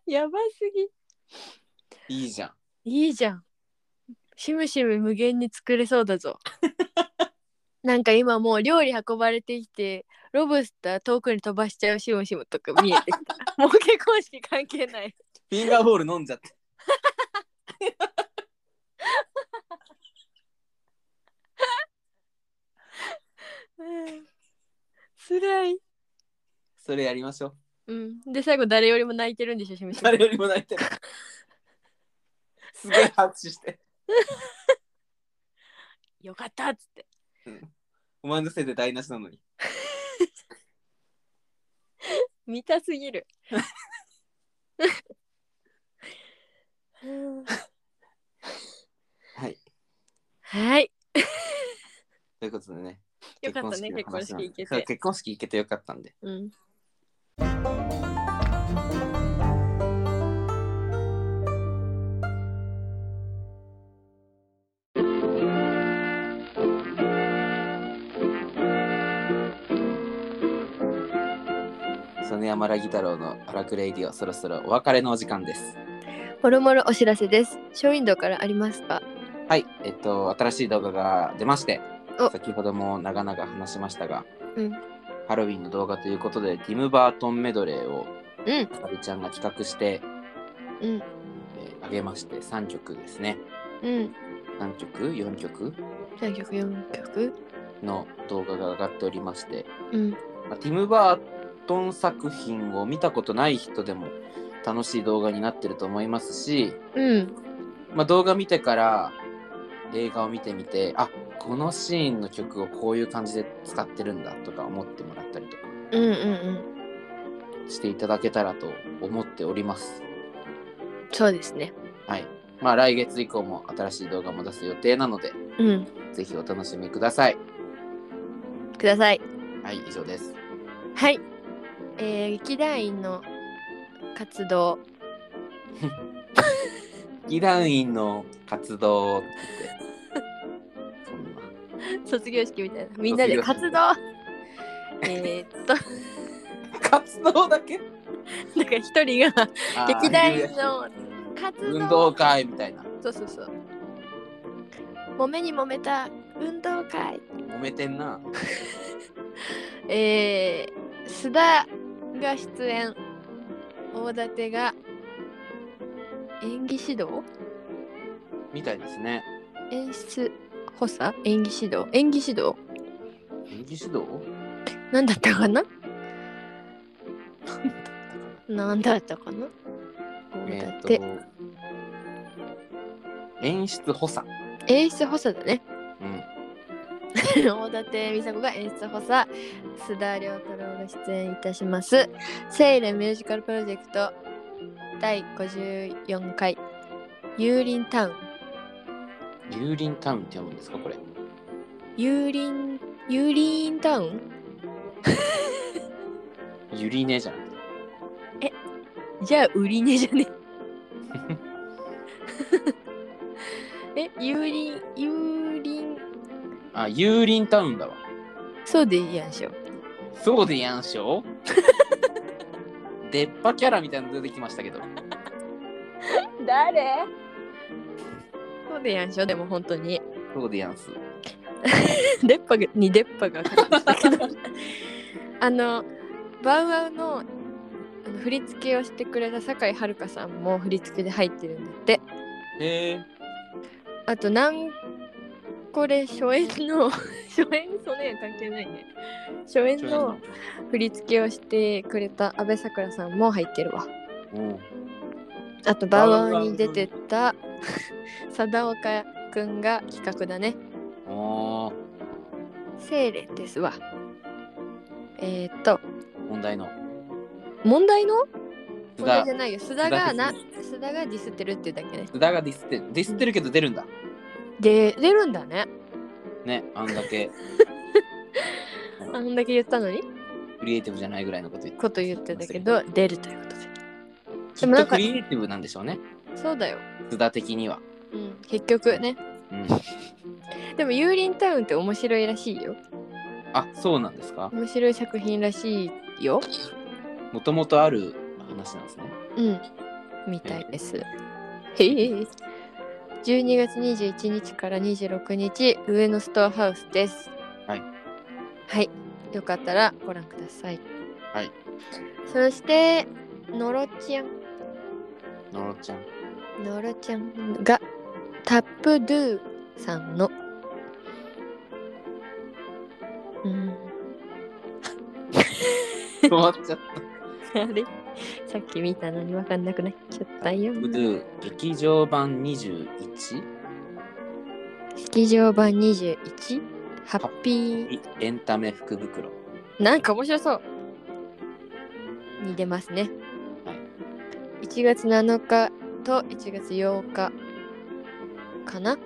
S2: やばすぎ
S1: いいじゃん。
S2: いいじゃん。しむしむ無限に作れそうだぞ。なんか今もう料理運ばれてきてロブスター遠くに飛ばしちゃうしむしむとか見えてき た。もう結婚式関係ない。
S1: フィンガーボール飲んじゃって。
S2: つらい。
S1: それやりましょう。
S2: うん。で最後誰よりも泣いてるんでしょしむしむ。
S1: 誰よりも泣いてる。すげえ拍手して。
S2: よかったっつって。
S1: お前のせいで台無しなのに。
S2: 見たすぎる。うん
S1: はい。
S2: はい。
S1: ということでね。
S2: よかったね結婚式
S1: 行
S2: 行け
S1: そう
S2: て。
S1: 結婚式行けてよかったんで。
S2: うん。
S1: 曽根山らぎ太郎のアラクレイディオ、そろそろお別れのお時間です。
S2: もろもろお知らせです。ショーウィンドウからありますか
S1: はい。えっと、新しい動画が出まして
S2: お、
S1: 先ほども長々話しましたが、
S2: うん
S1: ハロウィンの動画ということで、ティム・バートンメドレーを、
S2: うん
S1: かりちゃんが企画して、
S2: うん
S1: えーあげまして、3曲ですね。
S2: うん。
S1: 3曲 ?4 曲
S2: 3曲4曲
S1: の動画が上がっておりまして、
S2: うん。
S1: まあティム・バートン作品を見たことない人でも楽しい動画になってると思いますし、
S2: うん。
S1: まあ、動画見てから映画を見てみてあこのシーンの曲をこういう感じで使ってるんだとか思ってもらったりとか
S2: うんうんうん。
S1: していただけたらと思っております。
S2: そうですね。
S1: はい。まあ来月以降も新しい動画も出す予定なので、
S2: うん。
S1: ぜひお楽しみください。
S2: ください。
S1: はい、以上です。
S2: はい。えー、劇団員の活動。
S1: 議団員の活動って言って、そんな。
S2: 卒業式みたいな。みんなで活動えーっと、
S1: 活動だけ
S2: なんか一人が劇団員の活動。
S1: 運動会みたいな
S2: そうそうそう。揉めに揉めた運動会。
S1: 揉めてんな
S2: えー、須田が出演大館が演技指導
S1: みたいですね
S2: 演出補佐演技指導演技指導
S1: 演技指導
S2: なんだったかななんだったかな大
S1: えっ
S2: 館、
S1: と演出補佐
S2: 演出補佐だね
S1: うん
S2: 大館美佐子が演出補佐須田亮太郎が出演いたします「セイレミュージカルプロジェクト」第54回「幽林タウン」
S1: 幽林タウンって読むんですかこれ
S2: ユーリン、ユーリンタウン
S1: ゆりねじゃなくて
S2: じゃあ、売り値じゃね え、ユーリン、ユーリン、
S1: あ幽林タウンだわ
S2: そうでいいやんしょ。
S1: そうでやんし ょ出っ歯キャラみたいなの出てきましたけど
S2: 誰そうでやんしょ、でも本当に。
S1: そうでやんす
S2: 出っ歯がに出っ歯がかかってたけど。あの、バウアウのあの振り付けをしてくれた酒井遥さんも振り付けで入ってるんだって。
S1: へえ
S2: あとなんこれ初演の 初演そね関係ないね初演の振り付けをしてくれた阿部さくらさんも入ってるわ
S1: うん
S2: あとバウアーに出てた貞岡くんが企画だね
S1: おー
S2: 精霊ですわえー、っと
S1: 問題の
S2: 問題の
S1: 須
S2: 本田
S1: 田
S2: じゃないよ須田がな須田がディスってるっていうだけね
S1: 須田がディスってるディスってるけど出るんだ
S2: で出るんだね
S1: ねあんだけ
S2: あんだけ言ったのに
S1: クリエイティブじゃないぐらいのこと言って
S2: こと言ってたけど出るということで
S1: き
S2: で
S1: っ
S2: もなん
S1: と
S2: か
S1: クリエイティブなんでしょうね
S2: そうだよ、
S1: 須田的には、
S2: うん、結局ね
S1: うん、
S2: でも「ユーリンタウン」って面白いらしいよ
S1: あそうなんですか
S2: 面白い作品らしいよ
S1: もともとある話なんですね
S2: うんみたいですへえ12月21日から26日上野ストアハウスです
S1: はい
S2: はいよかったらご覧ください
S1: はい
S2: そしてのろちゃん
S1: のろちゃん
S2: のろちゃんがタップドゥさんのうん
S1: 止まっちゃっ
S2: あれ さっき見たのに分かんなくなっちゃったよ
S1: た。ブドゥ劇場版 21?
S2: 式場版21ハッピー
S1: エンタメ福袋
S2: なんか面白そうに出ますね、、
S1: はい
S2: 1月7日と1月8日かな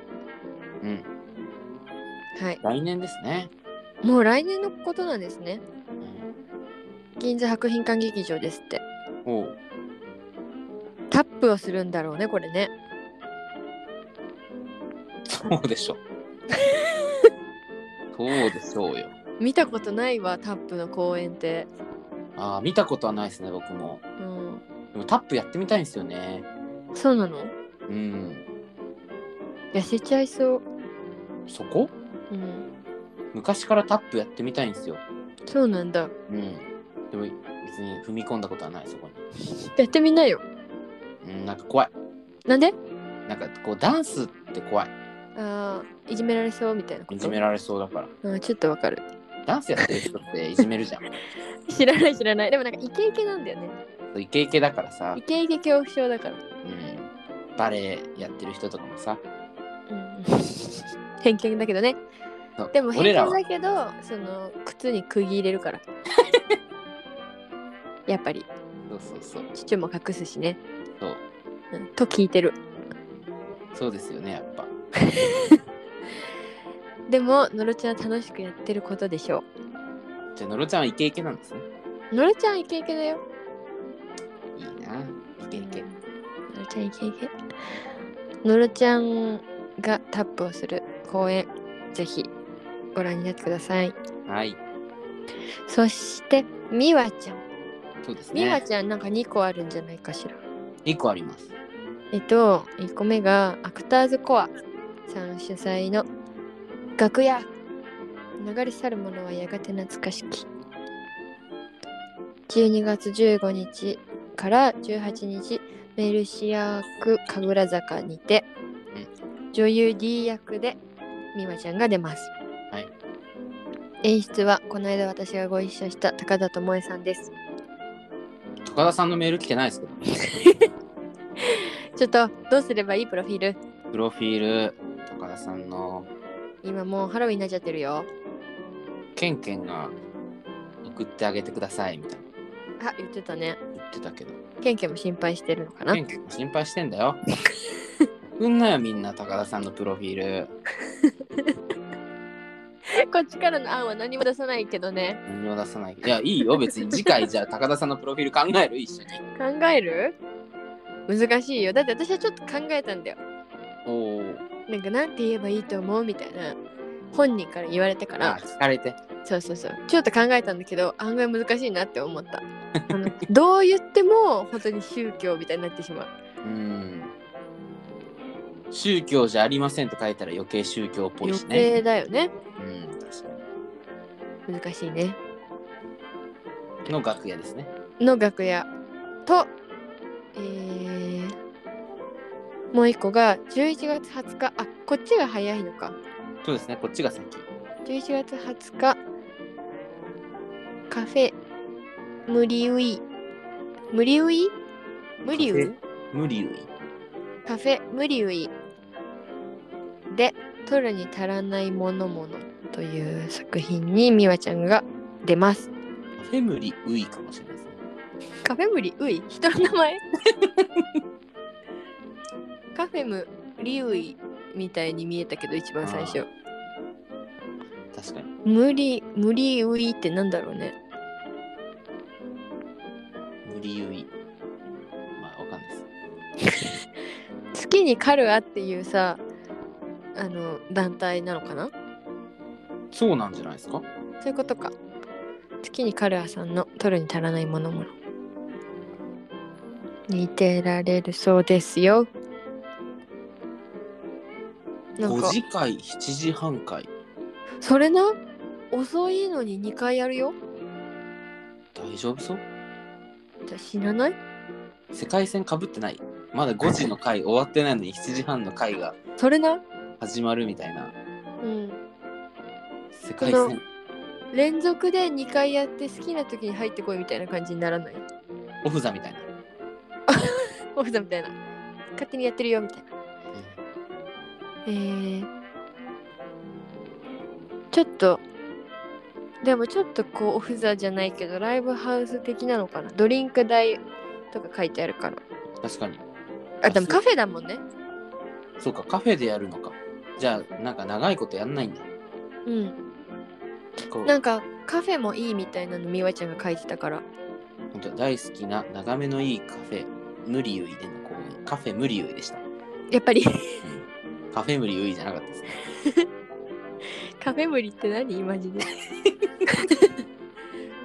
S1: うん
S2: はい
S1: 来年ですね、
S2: もう来年のことなんですね
S1: うん、
S2: 銀座博品館劇場ですって
S1: おう
S2: タップをするんだろうねこれね
S1: そうでしょ うそうでしょうよ
S2: 見たことないわタップの公演って
S1: あー見たことはないですね僕も
S2: うん
S1: でもタップやってみたいんですよね
S2: そうなの
S1: うん
S2: 痩せちゃいそう
S1: そこ
S2: うん
S1: 昔からタップやってみたいんですよ
S2: そうなんだ
S1: うんでも別に踏み込んだことはないそこ
S2: やってみなよ
S1: にうんなんか怖い
S2: なんで
S1: なんかこうダンスって怖い
S2: ああいじめられそうみたいなこ
S1: い
S2: と
S1: じめられそうだから
S2: うんちょっとわかる
S1: ダンスやってる人っていじめるじゃん
S2: 知らない知らないでもなんかイケイケなんだよね
S1: そうイケイケだからさ
S2: イ、ケイケ恐怖症だから
S1: うん、バレエやってる人とかもさ
S2: うん偏見だけどね
S1: そう
S2: でも偏
S1: 俺
S2: 見
S1: らは
S2: だけどその靴に釘入れるから やっぱり
S1: そうそうそう
S2: 父も隠すしね
S1: そう
S2: うん、と聞いてる
S1: そうですよねやっぱ
S2: でものろちゃんは楽しくやってることでしょ
S1: じゃあのろちゃんはイケイケなんですね
S2: うのろちゃんイケイケだよ
S1: いいなイケイケ
S2: のろちゃんイケイケのろちゃんがタップをする公演ぜひご覧になってください
S1: はい
S2: そしてみわちゃん
S1: そうです
S2: みわ
S1: ね
S2: ちゃんなんか2個あるんじゃないかしら
S1: 2個あります
S2: えっと1個目がアクターズコアさん主催の「楽屋流れ去るものはやがて懐かしき」12月15日から18日メルシア区神楽坂にて女優 D 役で美和ちゃんが出ます、
S1: はい
S2: 演出はこの間私がご一緒した高田智恵さんです
S1: 高田さんのメール来てないですけど
S2: ちょっとどうすればいいプロフィール
S1: プロフィール高田さんの
S2: 今もうハロウィンになっちゃってるよ
S1: ケンケンが送ってあげてくださいみたい
S2: あ言ってたね
S1: な言ってたけど
S2: ケンケンも心配してるのかな
S1: ケンケンも心配してんだよ 送んなよみんな高田さんのプロフィール
S2: こっちからの案は何も出さないけどね
S1: 何も出さないいやいいよ別に次回じゃあ高田さんのプロフィール考える一緒に
S2: 考える難しいよだって私はちょっと考えたんだよ
S1: おお
S2: なんかなんて言えばいいと思うみたいな本人から言われてから
S1: あ聞かれて
S2: そうそうそうちょっと考えたんだけど案外難しいなって思った あのどう言っても本当に宗教みたいになってしまう
S1: うん宗教じゃありませんと書いたら余計宗教っぽい
S2: 余
S1: しね
S2: 計だよね
S1: うん確か
S2: 難しいね
S1: にの楽屋ですね
S2: の楽屋とえー、もう一個が11月20日あこっちが早いのか
S1: そうですねこっちが先
S2: 11月20日カフェ無理ウイ無理ウイ無理ウイ
S1: 無理より
S2: カフェ無理ウイで「取るに足らないものもの」という作品にみわちゃんが出ます
S1: カフェムリウイかもしれないですね
S2: カフェムリウイ人の名 前カフェムリウイみたいに見えたけど一番最初
S1: 確かに。
S2: 無理無理ウイってなんだろうね
S1: 無理ゆい。まあ、わかんないです。
S2: 月にカルアっていうさあの団体なのかな
S1: そうなんじゃないですか
S2: そういうことか月にカルアさんの取るに足らないものもの似てられるそうですよなん
S1: 5
S2: か
S1: 時会、7時半会。
S2: それな遅いのに2回やるよ
S1: 大丈夫そう
S2: じゃあ死なない
S1: 世界線かぶってない。まだ5時の会終わってないのに7時半の会が
S2: それな
S1: 始まるみたいな。
S2: うん
S1: 世界線。
S2: 連続で2回やって好きな時に入ってこいみたいな感じにならない
S1: オフ座みたいな。
S2: オフだみたいな勝手にやってるよみたいなえー、ちょっとでもちょっとこうオフ座じゃないけどライブハウス的なのかなドリンク代とか書いてあるから
S1: 確かに。
S2: あで
S1: あそ
S2: も
S1: う
S2: カフェだもんね
S1: そうか、カフェでやるのか。じゃあ、なんか長いことやんないんだ。
S2: うん
S1: こう
S2: なんかカフェもいいみたいなのみわちゃんが書いてたから
S1: 本当大好きな眺めのいいカフェ無理ゆいでの公演カフェ無理ゆいでした、
S2: や っぱり
S1: うんカフェ無理ゆいじゃなかったですね
S2: カフェ無理って何マ ジでフ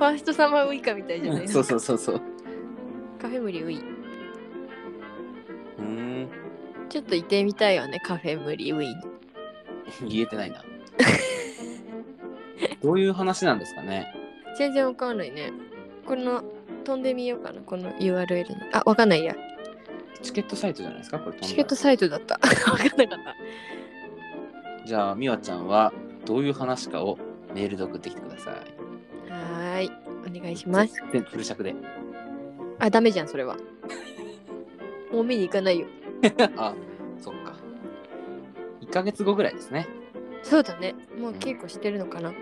S2: ァーストサマーウイカみたいじゃな い
S1: そうそうそうそう
S2: カフェ無理ウイ
S1: うーん
S2: ちょっと行ってみたいよねカフェ無理ウイに
S1: 言えてない などういう話なんですかね
S2: 全然わかんないねこの飛んでみようかなこの URL にあわかんないや
S1: チケットサイトじゃないですかこれ飛んだ
S2: チケットサイトだった わかんなかった
S1: じゃあみわちゃんはどういう話かをメールで送ってきてください
S2: はーい、お願いします。
S1: 全部フル尺で
S2: あ、ダメじゃん、それは。もう見に行かないよ。
S1: あそっか1ヶ月後ぐらいですね
S2: そうだね。もう稽古してるのかな。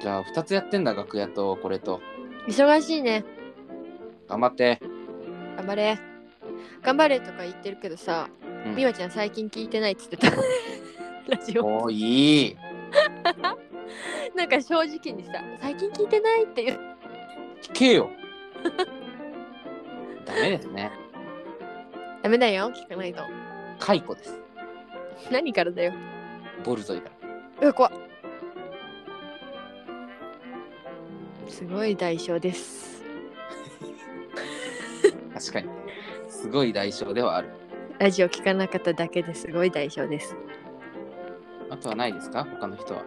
S1: じゃあ2つやってんだ楽屋とこれと
S2: 忙しいね。
S1: 頑張って
S2: 頑張れ。頑張れとか言ってるけどさ、
S1: うん
S2: 美和ちゃん最近聞いてないっつってた。 ラジオ。
S1: おーいい
S2: なんか正直にさ、最近聞いてないっていう。
S1: 聞け よダメですね
S2: ダメだよ、聞かないと。
S1: 解雇です
S2: 何からだよ。
S1: ボルゾイか
S2: うわ、怖っすごい代償です。
S1: ら確かにすごい代償ではある
S2: ラジオ聞かなかっただけですごい代償です。
S1: あとはないですか他の人は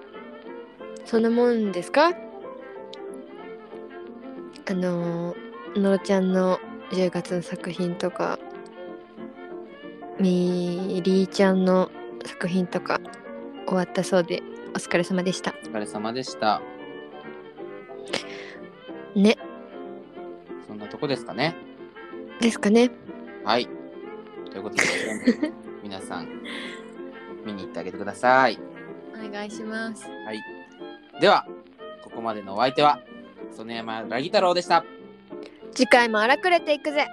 S2: そんなもんですかあのーのろちゃんの10月の作品とかみりーちゃんの作品とか終わったそうでお疲れ様でした
S1: お疲れ様でした
S2: ね
S1: そんなとこですかね
S2: ですかね
S1: はいということで 皆さん見に行ってあげてください
S2: お願いします
S1: はいではここまでのお相手は曽根山ラギ太郎でした
S2: 次回も荒くれていくぜ